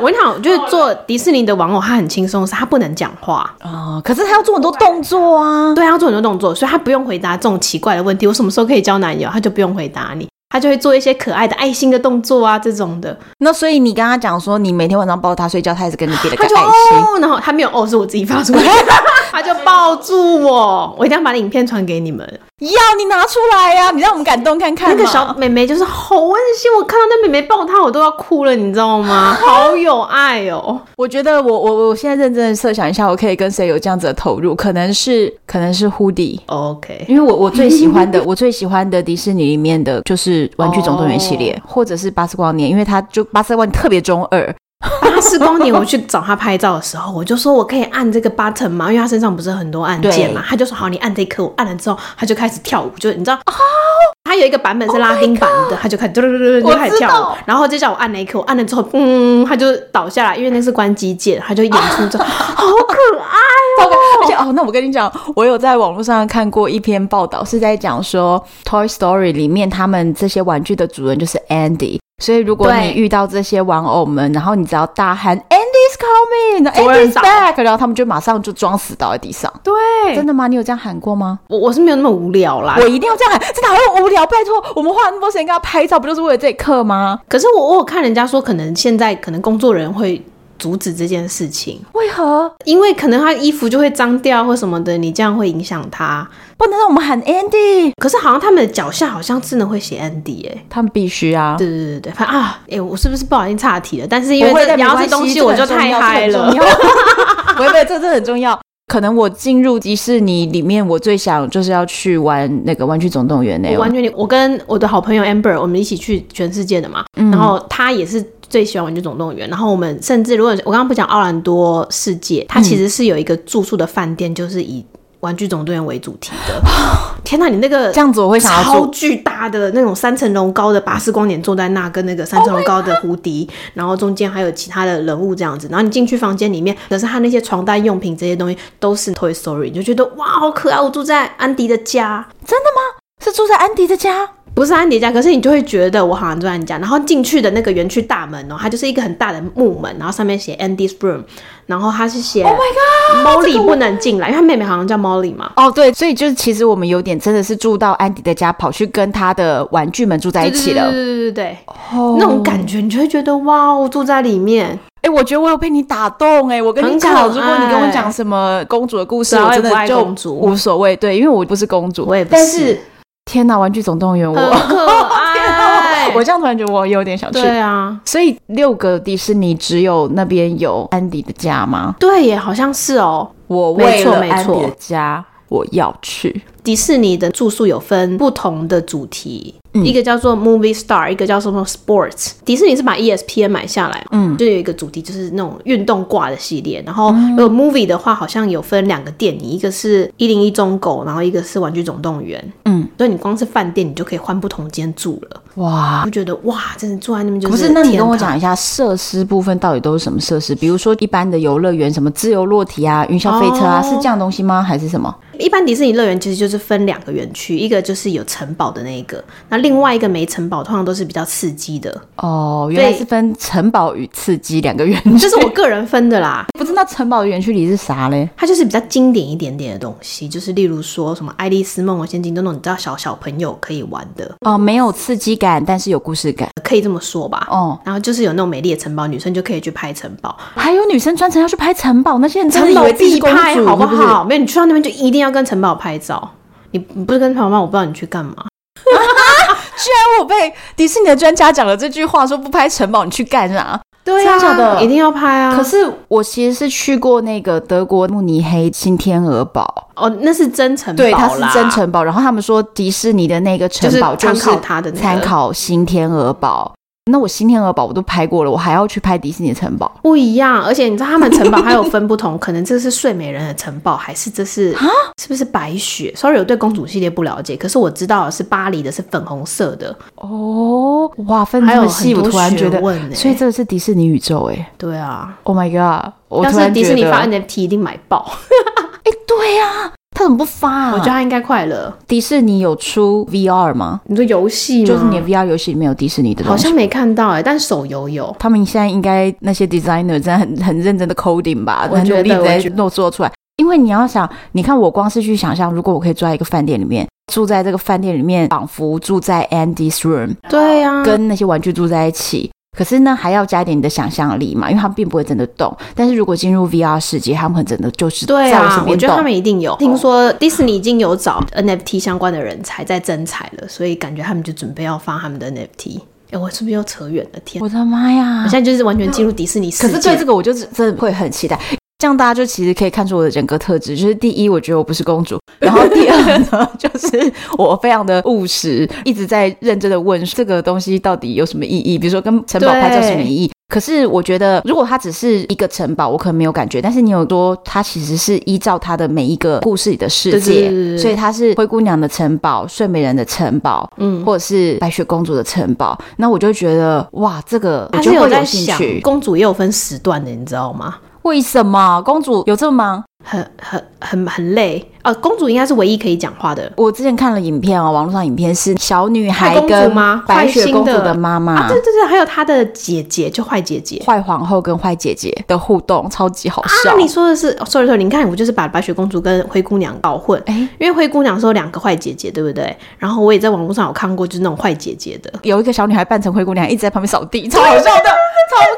[SPEAKER 2] 我跟你讲，就是做迪士尼的玩偶，他很轻松，是他不能讲话，
[SPEAKER 1] 哦，可是他要做很多动作啊。
[SPEAKER 2] 对，他要做很多动作，所以他不用回答这种奇怪的问题。我什么时候可以交男友？他就不用回答你。他就会做一些可爱的爱心的动作啊，这种的，
[SPEAKER 1] 那所以你跟他讲说，你每天晚上抱他睡觉，他也是跟你比了个
[SPEAKER 2] 他
[SPEAKER 1] 爱
[SPEAKER 2] 就
[SPEAKER 1] 心。
[SPEAKER 2] 哦，然后他没有哦，是我自己发出来的， 他就抱住我，我一定要把影片传给你们。
[SPEAKER 1] 要你拿出来啊呀、你让我们感动看看嘛。
[SPEAKER 2] 那个小妹妹就是好温馨，我看到那妹妹抱她，我都要哭了，你知道 吗？好有爱哦！
[SPEAKER 1] 我觉得我我我现在认真的设想一下，我可以跟谁有这样子的投入？可能是可能是 Hoodie，
[SPEAKER 2] OK，
[SPEAKER 1] 因为我我最喜欢 的我最喜欢的迪士尼里面的就是《玩具总动员》系列或者是《巴斯光年》，因为他就巴斯光年特别中二，
[SPEAKER 2] 八十光年我去找她拍照的时候，我就说我可以按这个 button 吗？因为她身上不是很多按键嘛，她就说好，你按这颗，我按了之后，她就开始跳舞，就是你知道哦。她有一个版本是拉丁版的，她就开始嘟嘟嘟嘟嘟
[SPEAKER 1] 哦我
[SPEAKER 2] 就开始
[SPEAKER 1] 知
[SPEAKER 2] 跳舞
[SPEAKER 1] 道，
[SPEAKER 2] 然后就叫我按那一颗，我按了之后，嗯，她就倒下来，因为那是关机键，她就演出 这，好可爱。
[SPEAKER 1] 超可爱而且哦，那我跟你讲，我有在网络上看过一篇报道，是在讲说《Toy Story》里面他们这些玩具的主人就是 Andy。所以，如果
[SPEAKER 2] 对
[SPEAKER 1] 你遇到这些玩偶们，然后你只要大喊 “Andy's coming”、
[SPEAKER 2] 所有人
[SPEAKER 1] “Andy's
[SPEAKER 2] 倒
[SPEAKER 1] back”，然后他们就马上就装死倒在地上。
[SPEAKER 2] 对
[SPEAKER 1] 真的吗？你有这样喊过吗？
[SPEAKER 2] 我我是没有那么无聊啦
[SPEAKER 1] 我。一定要这样喊，真的好无聊。拜托，我们花那么多时间跟他拍照，不就是为了这一刻吗？
[SPEAKER 2] 可是我我有看人家说，可能现在可能工作人员会阻止这件事情，
[SPEAKER 1] 为何
[SPEAKER 2] 因为可能他衣服就会脏掉或什么的，你这样会影响他。
[SPEAKER 1] 不能让我们喊 Andy？
[SPEAKER 2] 可是好像他们的脚下好像真的会写 Andy 哎、
[SPEAKER 1] 他们必须啊！
[SPEAKER 2] 对对对对，反正啊，哎、我是不是不小心岔题了？但是因为
[SPEAKER 1] 不会
[SPEAKER 2] 这
[SPEAKER 1] 但
[SPEAKER 2] 聊
[SPEAKER 1] 没
[SPEAKER 2] 到
[SPEAKER 1] 关
[SPEAKER 2] 这
[SPEAKER 1] 系
[SPEAKER 2] 东西，
[SPEAKER 1] 这个
[SPEAKER 2] 我
[SPEAKER 1] 很
[SPEAKER 2] 就
[SPEAKER 1] 重
[SPEAKER 2] 太
[SPEAKER 1] 要
[SPEAKER 2] 嗨
[SPEAKER 1] 这个
[SPEAKER 2] 了
[SPEAKER 1] 很。重 要不会不会，这这很重要。可能我进入迪士尼里面，我最想就是要去玩那个《玩具总动员》那
[SPEAKER 2] 我完
[SPEAKER 1] 种。
[SPEAKER 2] 全理，我跟我的好朋友 Amber，我们一起去全世界的嘛，然后他也是最喜欢《玩具总动员》，然后我们甚至如果我刚刚不讲奥兰多世界，它其实是有一个住宿的饭店，就是以《玩具总动员》为主题的。天哪，你那个
[SPEAKER 1] 这样子我会想要
[SPEAKER 2] 超
[SPEAKER 1] 住。
[SPEAKER 2] 巨大的那种三层楼高的巴斯光年坐在那，跟那个三层楼高的胡迪，然后中间还有其他的人物这样子。然后你进去房间里面，可是他那些床单用品这些东西都是 Toy Story，你就觉得哇，好可爱！我住在安迪的家，
[SPEAKER 1] 是住在安迪的家，
[SPEAKER 2] 不是安迪家，可是你就会觉得我好像住在你家。然后进去的那个园区大门哦，它就是一个很大的木门，然后上面写 Andy's room，然后它是写 Oh my God，Molly 不能进来，因为她妹妹好像叫 Molly 嘛。
[SPEAKER 1] 哦，对，所以就是其实我们有点真的是住到安迪的家，跑去跟他的玩具们住在一起了哦
[SPEAKER 2] 对。对对对对对，那种感觉你就会觉得哇，我住在里面。
[SPEAKER 1] 哎、我觉得我有被你打动哎、我跟你
[SPEAKER 2] 很
[SPEAKER 1] 讲，
[SPEAKER 2] 可
[SPEAKER 1] 如果你跟我
[SPEAKER 2] 爱
[SPEAKER 1] 讲什么公主的故事，
[SPEAKER 2] 对啊
[SPEAKER 1] 我
[SPEAKER 2] 我也
[SPEAKER 1] 真
[SPEAKER 2] 不爱
[SPEAKER 1] 的就
[SPEAKER 2] 公主
[SPEAKER 1] 无所谓。对，因为我不是公主，
[SPEAKER 2] 我也不
[SPEAKER 1] 但
[SPEAKER 2] 是
[SPEAKER 1] 是天哪，《玩具总动员》我，
[SPEAKER 2] 很 可爱。
[SPEAKER 1] 我这样突然觉得我有点想去。
[SPEAKER 2] 对啊，
[SPEAKER 1] 所以六个迪士尼只有那边有安迪的家吗？
[SPEAKER 2] 对耶，好像是哦。
[SPEAKER 1] 我
[SPEAKER 2] 没
[SPEAKER 1] 为
[SPEAKER 2] 错
[SPEAKER 1] 了
[SPEAKER 2] 没
[SPEAKER 1] 安
[SPEAKER 2] 错
[SPEAKER 1] 迪的家，我要去。
[SPEAKER 2] 迪士尼的住宿有分不同的主题，
[SPEAKER 1] 嗯
[SPEAKER 2] 一个叫做 Movie Star，一个叫什么 Sports。迪士尼是把 E ESPN 买下来，
[SPEAKER 1] 嗯
[SPEAKER 2] 就有一个主题就是那种运动挂的系列。然后如果 Movie 的话，好像有分两个电影，一个是一零一中狗，然后一个是玩具总动员。
[SPEAKER 1] 嗯，
[SPEAKER 2] 所以你光是饭店，你就可以换不同间住了。
[SPEAKER 1] 哇
[SPEAKER 2] 我。就觉得哇，真的住在那边就是
[SPEAKER 1] 不是，那你
[SPEAKER 2] 天
[SPEAKER 1] 跟我
[SPEAKER 2] 堂
[SPEAKER 1] 讲一下设施部分到底都是什么设施？比如说一般的游乐园，什么自由落体啊、云霄飞车啊，
[SPEAKER 2] 哦
[SPEAKER 1] 是这样东西吗？还是什么？
[SPEAKER 2] 一般迪士尼乐园其实就是分两个园区，一个就是有城堡的那一个，那另外一个没城堡，通常都是比较刺 激的，
[SPEAKER 1] 哦，原来
[SPEAKER 2] 对
[SPEAKER 1] 是分城堡与刺激两个园 区。
[SPEAKER 2] 这是我个人分的啦。
[SPEAKER 1] 不知道城堡园区里是啥嘞？
[SPEAKER 2] 它就是比较经典一点点的东西，就是例如说什么《爱丽丝梦游仙境》都那种你知道小小朋友可以玩的，
[SPEAKER 1] 哦，没有刺激感，但是有故事感。
[SPEAKER 2] 可以这么说吧。
[SPEAKER 1] 哦，
[SPEAKER 2] 然后就是有那种美丽的城堡，女生就可以去拍城堡，
[SPEAKER 1] 还有女生专程要去拍城堡，那些人真的
[SPEAKER 2] 城
[SPEAKER 1] 以
[SPEAKER 2] 堡
[SPEAKER 1] 为自己是
[SPEAKER 2] 必
[SPEAKER 1] 公主
[SPEAKER 2] 拍好
[SPEAKER 1] 是
[SPEAKER 2] 好？
[SPEAKER 1] 不是？
[SPEAKER 2] 没有，你去到那边就一定要跟城堡拍照。你你不是跟城堡，我不知道你去干嘛。
[SPEAKER 1] 居然我哦被迪士尼的专家讲了这句话，说不拍城堡你去干啥？
[SPEAKER 2] 对
[SPEAKER 1] 真的假的
[SPEAKER 2] 一定要拍啊！
[SPEAKER 1] 啊可是我其实是去过那个德国慕尼黑新天鹅堡，
[SPEAKER 2] 哦，那是真城堡
[SPEAKER 1] 对，它是
[SPEAKER 2] 啦
[SPEAKER 1] 真城堡。然后他们说迪士尼的那个城堡
[SPEAKER 2] 就是
[SPEAKER 1] 就是
[SPEAKER 2] 参考它的那个
[SPEAKER 1] 参考新天鹅堡。那我新天鹅堡我都拍过了，我还要去拍迪士尼的城堡？
[SPEAKER 2] 不一样，而且你知道他们城堡还有分不同，可能这是睡美人的城堡，还是这是
[SPEAKER 1] 啊
[SPEAKER 2] 是不是白雪？Sorry，我对公主系列不了解，可是我知道的是巴黎的是粉红色的，
[SPEAKER 1] 哦，哇，分
[SPEAKER 2] 还
[SPEAKER 1] 这
[SPEAKER 2] 有
[SPEAKER 1] 么
[SPEAKER 2] 很
[SPEAKER 1] 细，
[SPEAKER 2] 多
[SPEAKER 1] 我突然觉
[SPEAKER 2] 学
[SPEAKER 1] 得，
[SPEAKER 2] 问呢、
[SPEAKER 1] 所以这个是迪士尼宇宙哎、
[SPEAKER 2] 对啊，
[SPEAKER 1] o h my god！我
[SPEAKER 2] 要
[SPEAKER 1] 突
[SPEAKER 2] 是
[SPEAKER 1] 然
[SPEAKER 2] 迪
[SPEAKER 1] 觉
[SPEAKER 2] 士尼
[SPEAKER 1] 得，
[SPEAKER 2] 发
[SPEAKER 1] 哎、
[SPEAKER 2] NFT 一定买爆，
[SPEAKER 1] 对呀、他怎么不发、啊？
[SPEAKER 2] 我觉得他应该快乐。
[SPEAKER 1] 迪士尼有出 VR 吗？
[SPEAKER 2] 你说游戏吗？
[SPEAKER 1] 就是你的 VR 游戏里面有迪士尼的
[SPEAKER 2] 嗯好
[SPEAKER 1] 东西。
[SPEAKER 2] 像没看到哎、但手游有。
[SPEAKER 1] 他们现在应该那些 designer 真的很很认真的 coding 吧，
[SPEAKER 2] 我
[SPEAKER 1] 很
[SPEAKER 2] 觉
[SPEAKER 1] 努
[SPEAKER 2] 得
[SPEAKER 1] 力地在
[SPEAKER 2] 我觉
[SPEAKER 1] 弄做出来。因为你要想，你看我光是去想象，如果我可以住在一个饭店里面，住在这个饭店里面，仿佛住在 Andy's room，
[SPEAKER 2] 对啊，
[SPEAKER 1] 跟那些玩具住在一起。可是呢，还要加一点你的想象力嘛，因为他们并不会真的动。但是如果进入 VR 世界，他们很真的就是
[SPEAKER 2] 对
[SPEAKER 1] 在我
[SPEAKER 2] 啊
[SPEAKER 1] 身，
[SPEAKER 2] 我
[SPEAKER 1] 边哦
[SPEAKER 2] 觉得他
[SPEAKER 1] 动。
[SPEAKER 2] 们一定有。听说迪士尼已经有找 NFT 相关的人才在征才了，所以感觉他们就准备要发他们的 NFT。哎、我是不是又扯远了？天啊！
[SPEAKER 1] 我的妈呀！
[SPEAKER 2] 我现在就是完全进入迪士尼世
[SPEAKER 1] 可
[SPEAKER 2] 界。
[SPEAKER 1] 是对这个，我就真的会很期待。这样大家就其实可以看出我的人格特质，就是第一，我觉得我不是公 主；然后第二呢，就是我非常的务实，一直在认真的问这个东西到底有什么意义，比如说跟城堡拍照什么意义。可是我觉得，如果它只是一个城堡，我可能没有感觉。但是你有说，它其实是依照它的每一个故事里的世
[SPEAKER 2] 对对
[SPEAKER 1] 界，
[SPEAKER 2] 对对对
[SPEAKER 1] 所以它是灰姑娘的城堡、睡美人的城堡，
[SPEAKER 2] 嗯，
[SPEAKER 1] 或者是白雪公主的城堡。那我就觉得，哇，这个我
[SPEAKER 2] 他
[SPEAKER 1] 就是会
[SPEAKER 2] 在
[SPEAKER 1] 兴
[SPEAKER 2] 想，
[SPEAKER 1] 趣。
[SPEAKER 2] 公主也有分时段的，你知道吗？
[SPEAKER 1] 为什么公主有这么忙？
[SPEAKER 2] 很很很很累哦，公主应该是唯一可以讲话的。
[SPEAKER 1] 我之前看了影片哦，网络上影片是小女孩
[SPEAKER 2] 坏公主
[SPEAKER 1] 跟
[SPEAKER 2] 吗
[SPEAKER 1] 白雪公主
[SPEAKER 2] 坏心的
[SPEAKER 1] 的妈妈
[SPEAKER 2] 啊，对对对，还有她的姐姐，就坏姐姐。
[SPEAKER 1] 坏皇后跟坏姐姐的互动，超级好笑
[SPEAKER 2] 那。你说的是、哦、，sorry sorry，你看我就是把白雪公主跟灰姑娘搞混，
[SPEAKER 1] 哎
[SPEAKER 2] 因为灰姑娘是有两个坏姐姐，对不对？然后我也在网络上有看过，就是那种坏姐姐的，
[SPEAKER 1] 有一个小女孩扮成灰姑娘，一直在旁边扫地，超 好笑的，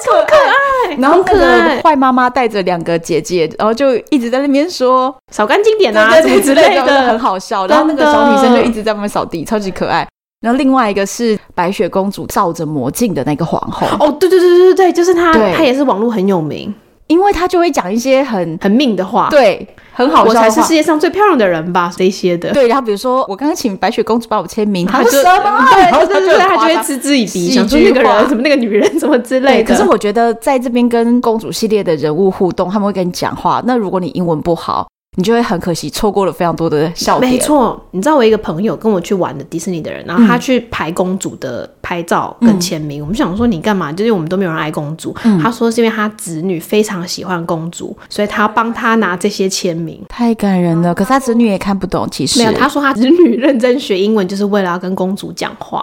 [SPEAKER 1] 超可爱。然后
[SPEAKER 2] 很
[SPEAKER 1] 那
[SPEAKER 2] 可
[SPEAKER 1] 个
[SPEAKER 2] 爱，
[SPEAKER 1] 坏妈妈带着两个姐姐，然后就一直在那边说
[SPEAKER 2] 扫干净点啊，
[SPEAKER 1] 对对对
[SPEAKER 2] 什么之类
[SPEAKER 1] 对对对很
[SPEAKER 2] 的。
[SPEAKER 1] 好笑。然后那个
[SPEAKER 2] 真的
[SPEAKER 1] 小女生就一直在旁边扫地，超级可爱。然后另外一个是白雪公主罩着魔镜的那个皇后，
[SPEAKER 2] 哦，对对对对对对，就是她，
[SPEAKER 1] 对
[SPEAKER 2] 她也是网络很有名、
[SPEAKER 1] 因为她就会讲一些很
[SPEAKER 2] 很命的话。
[SPEAKER 1] 对很好
[SPEAKER 2] 我
[SPEAKER 1] 笑的
[SPEAKER 2] 才是
[SPEAKER 1] 话
[SPEAKER 2] 世。界上最漂亮的人吧，这些的。
[SPEAKER 1] 对，然后比如说我刚刚请白雪公主帮我签名，她
[SPEAKER 2] 他就
[SPEAKER 1] 就什 么？
[SPEAKER 2] 对
[SPEAKER 1] 然后
[SPEAKER 2] 对对对，他
[SPEAKER 1] 她
[SPEAKER 2] 啊就
[SPEAKER 1] 很夸
[SPEAKER 2] 会
[SPEAKER 1] 张
[SPEAKER 2] 嗤之以鼻，
[SPEAKER 1] 戏
[SPEAKER 2] 想说
[SPEAKER 1] 剧
[SPEAKER 2] 那个
[SPEAKER 1] 化
[SPEAKER 2] 人什么那个女人什么之
[SPEAKER 1] 对，
[SPEAKER 2] 类的。
[SPEAKER 1] 可是我觉得在这边跟公主系列的人物互动，他们会跟你讲话。那如果你英文不好，你就会很可惜，错过了非常多的笑点。
[SPEAKER 2] 没，错，你知道我一个朋友跟我去玩的迪士尼的人，然
[SPEAKER 1] 嗯
[SPEAKER 2] 后他去排公主的拍照跟签名，我们想说你干嘛？就是我们都没有人爱公主，
[SPEAKER 1] 嗯
[SPEAKER 2] 他说是因为他子女非常喜欢公主，所以他要帮他拿这些签名。
[SPEAKER 1] 太感人了。可是她子女也看不懂，其实
[SPEAKER 2] 没有，他说他子女认真学英文就是为了要跟公主讲话。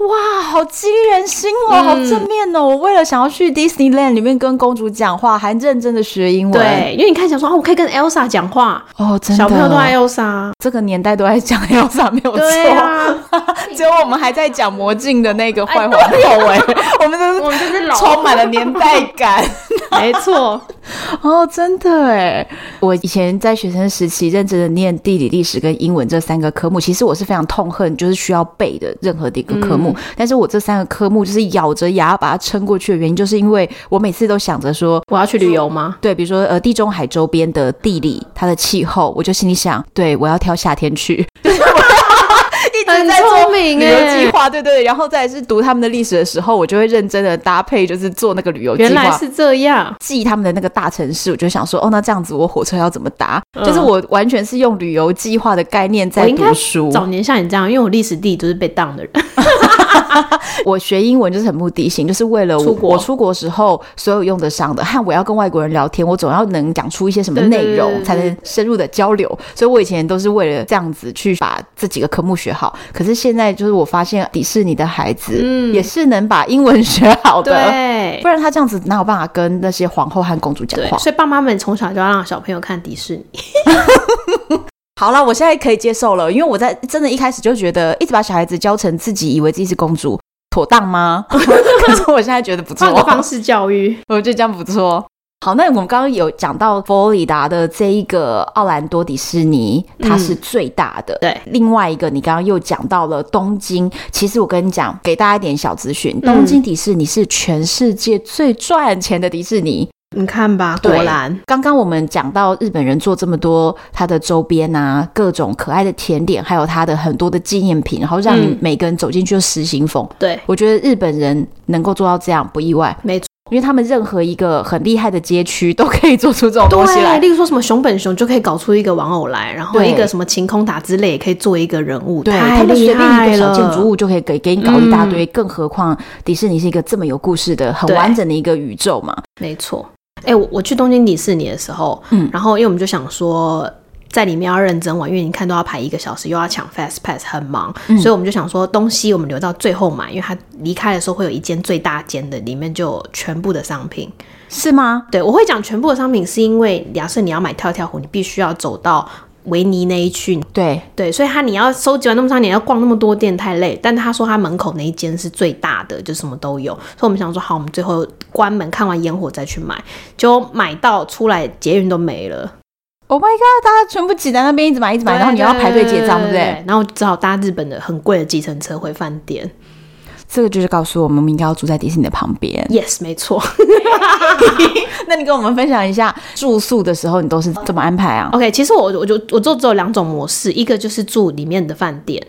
[SPEAKER 1] 哇，好激励人心
[SPEAKER 2] 嗯
[SPEAKER 1] 哦，好正面哦！我为了想要去 Disneyland 里面跟公主讲话，还认真的学英文。，
[SPEAKER 2] 对，因为你看想说哦，我可以跟 Elsa 讲话，
[SPEAKER 1] 哦，真的，
[SPEAKER 2] 小朋友都爱 Elsa。
[SPEAKER 1] 这个年代都在讲 Elsa 没有错。
[SPEAKER 2] 对啊，
[SPEAKER 1] 只有我们还在讲魔镜的那个坏皇后哎、我们
[SPEAKER 2] 我
[SPEAKER 1] 都
[SPEAKER 2] 们
[SPEAKER 1] 是
[SPEAKER 2] 就是老
[SPEAKER 1] 充满了年代感
[SPEAKER 2] 没错。
[SPEAKER 1] 哦，真的哎！我以前在学生时期认真的念地理、历史跟英文这三个科目，其实我是非常痛恨就是需要背的任何的一个科目，但是我这三个科目就是咬着牙把它撑过去的原因，就是因为我每次都想着说
[SPEAKER 2] 我要去旅游吗？
[SPEAKER 1] 对，比 如说呃，地中海周边的地理，它的气候，我就心里想，对我要挑夏天去，直在
[SPEAKER 2] 很
[SPEAKER 1] 做
[SPEAKER 2] 聪明
[SPEAKER 1] 旅游
[SPEAKER 2] 欸
[SPEAKER 1] 计划，对对对，然后再来是读他们的历史的时候，我就会认真的搭配，就是做那个旅游计划。
[SPEAKER 2] 原来是这样，
[SPEAKER 1] 记他们的那个大城市，我就想说，哦，那这样子我火车要怎么搭？
[SPEAKER 2] 嗯
[SPEAKER 1] 就是我完全是用旅游计划的概念
[SPEAKER 2] 我
[SPEAKER 1] 在
[SPEAKER 2] 应该
[SPEAKER 1] 读书。
[SPEAKER 2] 早年像你这样，因为我历史地理都是被当的人，
[SPEAKER 1] 我学英文就是很目的性，就是为了我
[SPEAKER 2] 出国
[SPEAKER 1] 我出国时候所有用得上的，和我要跟外国人聊天，我总要能讲出一些什么
[SPEAKER 2] 对对
[SPEAKER 1] 内
[SPEAKER 2] 对对
[SPEAKER 1] 容，
[SPEAKER 2] 对
[SPEAKER 1] 才能深入的交流。所以我以前都是为了这样子去把这几个科目学好。可是现在就是我发现迪士尼的孩子，
[SPEAKER 2] 嗯
[SPEAKER 1] 也是能把英文学好的。
[SPEAKER 2] 对
[SPEAKER 1] 不然他这样子哪有办法跟那些皇后和公主讲
[SPEAKER 2] 对
[SPEAKER 1] 话，？
[SPEAKER 2] 所以爸妈们从小就要让小朋友看迪士尼，
[SPEAKER 1] 好了，我现在可以接受了，因为我在真的一开始就觉得，一直把小孩子教成自己以为自己是公主，妥当吗？ 可是我现在觉得不错
[SPEAKER 2] 换，个方式教育，
[SPEAKER 1] 我觉得这样不错。好，那我们刚刚有讲到佛罗里达的这一个奥兰多迪士尼，
[SPEAKER 2] 嗯
[SPEAKER 1] 它是最大的。
[SPEAKER 2] 对
[SPEAKER 1] 另外一个你刚刚又讲到了东京，其实我跟你讲，给大家一点小资讯，
[SPEAKER 2] 嗯
[SPEAKER 1] 东京迪士尼是全世界最赚钱的迪士尼。
[SPEAKER 2] 你看吧，果
[SPEAKER 1] 对
[SPEAKER 2] 然，
[SPEAKER 1] 刚刚我们讲到日本人做这么多他的周边啊，各种可爱的甜点，还有他的很多的纪念品，然后让你
[SPEAKER 2] 嗯
[SPEAKER 1] 每个人走进去就失心疯。
[SPEAKER 2] 对，
[SPEAKER 1] 我觉得日本人能够做到这样不意外，
[SPEAKER 2] 没错，
[SPEAKER 1] 因为他们任何一个很厉害的街区都可以做出这种东西
[SPEAKER 2] 对，
[SPEAKER 1] 来。
[SPEAKER 2] 例如说什么熊本熊就可以搞出一个玩偶来，然后
[SPEAKER 1] 对
[SPEAKER 2] 一个什么晴空塔之类也可以做一个人物，
[SPEAKER 1] 对
[SPEAKER 2] 太
[SPEAKER 1] 他们随
[SPEAKER 2] 厉
[SPEAKER 1] 便一
[SPEAKER 2] 害
[SPEAKER 1] 个小
[SPEAKER 2] 了，
[SPEAKER 1] 建筑物就可以给给你搞一大堆，更何况迪士尼是一个这么有故事的、很
[SPEAKER 2] 对
[SPEAKER 1] 完整的一个宇宙嘛。
[SPEAKER 2] 没错。哎、我我去东京迪士尼的时候，
[SPEAKER 1] 嗯
[SPEAKER 2] 然后因为我们就想说。在里面要认真玩，因为你看都要排一个小时，又要抢 Fast Pass，很忙，
[SPEAKER 1] 嗯
[SPEAKER 2] 所以我们就想说东西我们留到最后买，因为它离开的时候会有一间最大间的，里面就有全部的商品。
[SPEAKER 1] 是吗？
[SPEAKER 2] 对我会讲全部的商品，是因为假设你要买跳跳虎，你必须要走到维尼那一区，
[SPEAKER 1] 对，
[SPEAKER 2] 对，所以他你要收集完那么长，你要逛那么多店太累。但他说他门口那一间是最大的，就什么都有。所以我们想说，好，我们最后关门看完烟火再去买。就买到出来捷运都没了，
[SPEAKER 1] Oh my god！大家全部挤在那边一直买，一直买，然后你要排队结账，对不对？？
[SPEAKER 2] 然后只好搭日本的很贵的计程车回饭店。
[SPEAKER 1] 这个就是告诉我们，我们应该要住在迪士尼的旁边。
[SPEAKER 2] Yes，没错。
[SPEAKER 1] 那你跟我们分享一下住宿的时候，你都是怎么安排啊？
[SPEAKER 2] OK，其实我我就我就只有两种模式，一个就是住里面的饭店，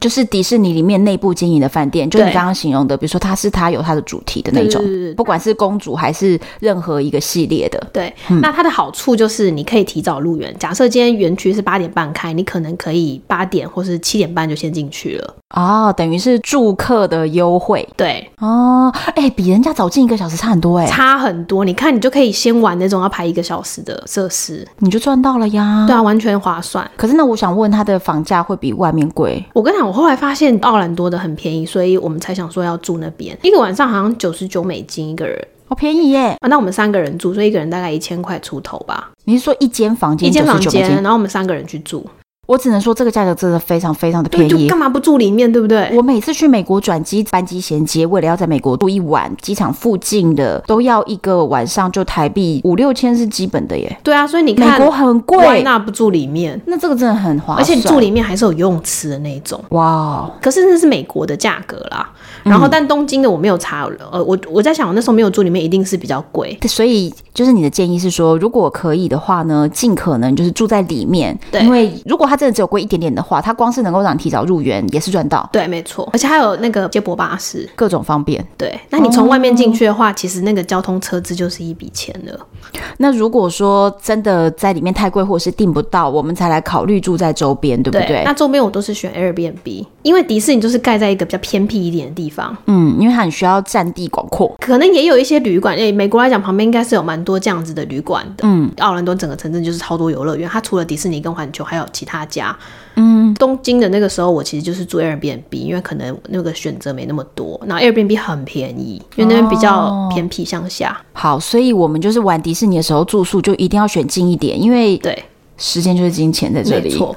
[SPEAKER 1] 就是迪士尼里面内部经营的饭店，就
[SPEAKER 2] 对
[SPEAKER 1] 你刚刚形容的，比如说它是它有它的主题的那种
[SPEAKER 2] 对对对对，
[SPEAKER 1] 不管是公主还是任何一个系列的。
[SPEAKER 2] 对，那它的好处就是你可以提早入园。假设今天园区是八点半开，你可能可以八点或是七点半就先进去了。
[SPEAKER 1] 哦，等于是住客的优惠
[SPEAKER 2] 对，
[SPEAKER 1] 哦，哎、比人家早进一个小时差很多哎、
[SPEAKER 2] 差很多。你看，你就可以先玩那种要排一个小时的设施，
[SPEAKER 1] 你就赚到了呀。
[SPEAKER 2] 对啊，完全划算。
[SPEAKER 1] 可是那我想问，它的房价会比外面贵？
[SPEAKER 2] 我跟你讲，我后来发现奥兰多的很便宜，所以我们才想说要住那边。一个晚上好像九十九美金一个人
[SPEAKER 1] 好、哦便宜耶！
[SPEAKER 2] 啊，那我们三个人住，所以一个人大概一千块出头吧，
[SPEAKER 1] 你是说一间房间
[SPEAKER 2] 一间
[SPEAKER 1] 99
[SPEAKER 2] 房
[SPEAKER 1] 美金
[SPEAKER 2] 间，然后我们三个人去住，
[SPEAKER 1] 我只能说这个价格真的非常非常的
[SPEAKER 2] 对，
[SPEAKER 1] 便
[SPEAKER 2] 就
[SPEAKER 1] 宜
[SPEAKER 2] 干。嘛不住里面，对不对？
[SPEAKER 1] 我每次去美国转机班机衔接，为了要在美国住一晚，机场附近的都要一个晚上就台币五六千是基本的耶。
[SPEAKER 2] 对啊，所以你
[SPEAKER 1] 美
[SPEAKER 2] 看，
[SPEAKER 1] 国很
[SPEAKER 2] 贵
[SPEAKER 1] 贵，
[SPEAKER 2] 那不住里面，
[SPEAKER 1] 那这个真的很划算。
[SPEAKER 2] 而且你住里面还是有游泳池的那一种。
[SPEAKER 1] 哇哦，
[SPEAKER 2] 可是那是美国的价格啦，然后
[SPEAKER 1] 嗯
[SPEAKER 2] 但东京的我没有查，呃，我我在想，我那时候没有住里面，一定是比较贵，
[SPEAKER 1] 所以就是你的建议是说，如果可以的话呢，尽可能就是住在里面，
[SPEAKER 2] 对
[SPEAKER 1] 因为如果它真的只有贵一点点的话，它光是能够让你提早入园也是赚到，
[SPEAKER 2] 对，没错，而且还有那个接驳巴士。
[SPEAKER 1] 各种方便。
[SPEAKER 2] 对，那你从外面进去的话，其实那个交通车资就是一笔钱了。
[SPEAKER 1] 那如果说真的在里面太贵，或者是订不到，我们才来考虑住在周边，对不对？
[SPEAKER 2] 那周边我都是选 Airbnb，因为迪士尼就是盖在一个比较偏僻一点的地方，
[SPEAKER 1] 嗯，因为它很需要占地广阔。
[SPEAKER 2] 可能也有一些旅馆。诶、美国来讲，旁边应该是有蛮多这样子的旅馆的。
[SPEAKER 1] 嗯，
[SPEAKER 2] 奥兰多整个城镇就是超多游乐园，它除了迪士尼跟环球，还有其他家。嗯，东京的那个时候，我其实就是住 Airbnb，因为可能那个选择没那么多。那 Airbnb 很便宜，因为那边比较
[SPEAKER 1] 哦
[SPEAKER 2] 偏僻乡下。
[SPEAKER 1] 好，所以我们就是玩迪士尼的时候住宿就一定要选近一点，因为
[SPEAKER 2] 对，
[SPEAKER 1] 时间就是金钱在这
[SPEAKER 2] 没
[SPEAKER 1] 里。
[SPEAKER 2] 错。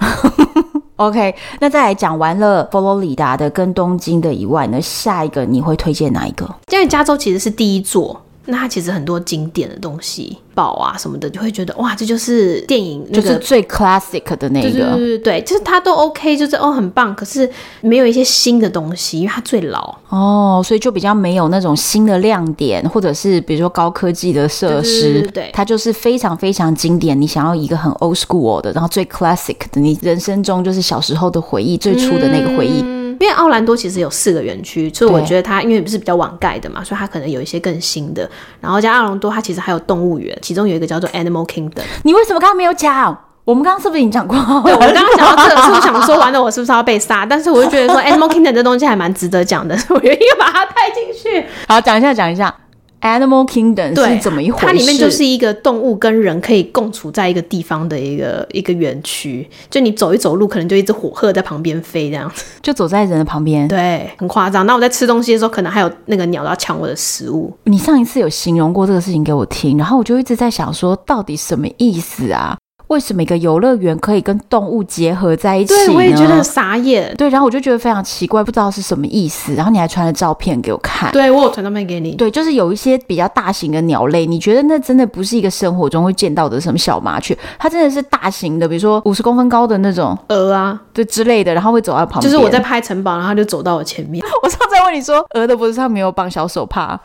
[SPEAKER 1] OK，那再来讲完了佛罗里达的跟东京的以外呢，下一个你会推荐哪一个？
[SPEAKER 2] 因为加州其实是第一座，那它其实很多经典的东西，宝啊什么的，就会觉得哇，这就是电影那
[SPEAKER 1] 就
[SPEAKER 2] 个
[SPEAKER 1] 是最 classic 的那
[SPEAKER 2] 对
[SPEAKER 1] 一
[SPEAKER 2] 对对
[SPEAKER 1] 个
[SPEAKER 2] 对对，就是它都 OK，就是哦很棒，可是没有一些新的东西，因为它最老。
[SPEAKER 1] 哦，所以就比较没有那种新的亮点，或者是比如说高科技的设施，
[SPEAKER 2] 对对对对对
[SPEAKER 1] 它就是非常非常经典。你想要一个很 old school 的，然后最 classic 的，你人生中就是小时候的回忆，最初的那个回忆。
[SPEAKER 2] 嗯，因为奥兰多其实有四个园区，所以
[SPEAKER 1] 对
[SPEAKER 2] 我觉得它因为是比较晚盖的嘛，所以它可能有一些更新的。然后加奥兰多它其实还有动物园，其中有一个叫做 Animal Kingdom。
[SPEAKER 1] 你为什么刚刚没有讲？我们刚刚是不是已经讲过？
[SPEAKER 2] 对，我刚刚讲到这，是我想说，完了我是不是要被杀？但是我就觉得说 Animal Kingdom 这东西还蛮值得讲的，所以我就硬把它带进去。
[SPEAKER 1] 好，讲一下，讲一下。Animal Kingdom
[SPEAKER 2] 对，
[SPEAKER 1] 是怎么一回事？
[SPEAKER 2] 它里面就是一个动物跟人可以共处在一个地方的一个一个园区，就你走一走路，可能就一只火鹤在旁边飞这样子，
[SPEAKER 1] 就走在人的旁边。
[SPEAKER 2] 对，很夸张。那我在吃东西的时候，可能还有那个鸟要抢我的食物，
[SPEAKER 1] 你上一次有形容过这个事情给我听，然后我就一直在想说，到底什么意思啊？为什么一个游乐园可以跟动物结合在一起呢？
[SPEAKER 2] 对我也觉得很傻眼。
[SPEAKER 1] 对，然后我就觉得非常奇怪，不知道是什么意思。然后你还传了照片给我看，
[SPEAKER 2] 对我有传照片给你，
[SPEAKER 1] 对就是有一些比较大型的鸟类，你觉得那真的不是一个生活中会见到的什么小麻雀，它真的是大型的，比如说五十公分高的那种，
[SPEAKER 2] 鹅啊，
[SPEAKER 1] 对之类的，然后会走到旁边。
[SPEAKER 2] 就是我在拍城堡，然后它就走到我前面，哦
[SPEAKER 1] 我上次还问你说，呃鹅的脖子上没有绑小手帕，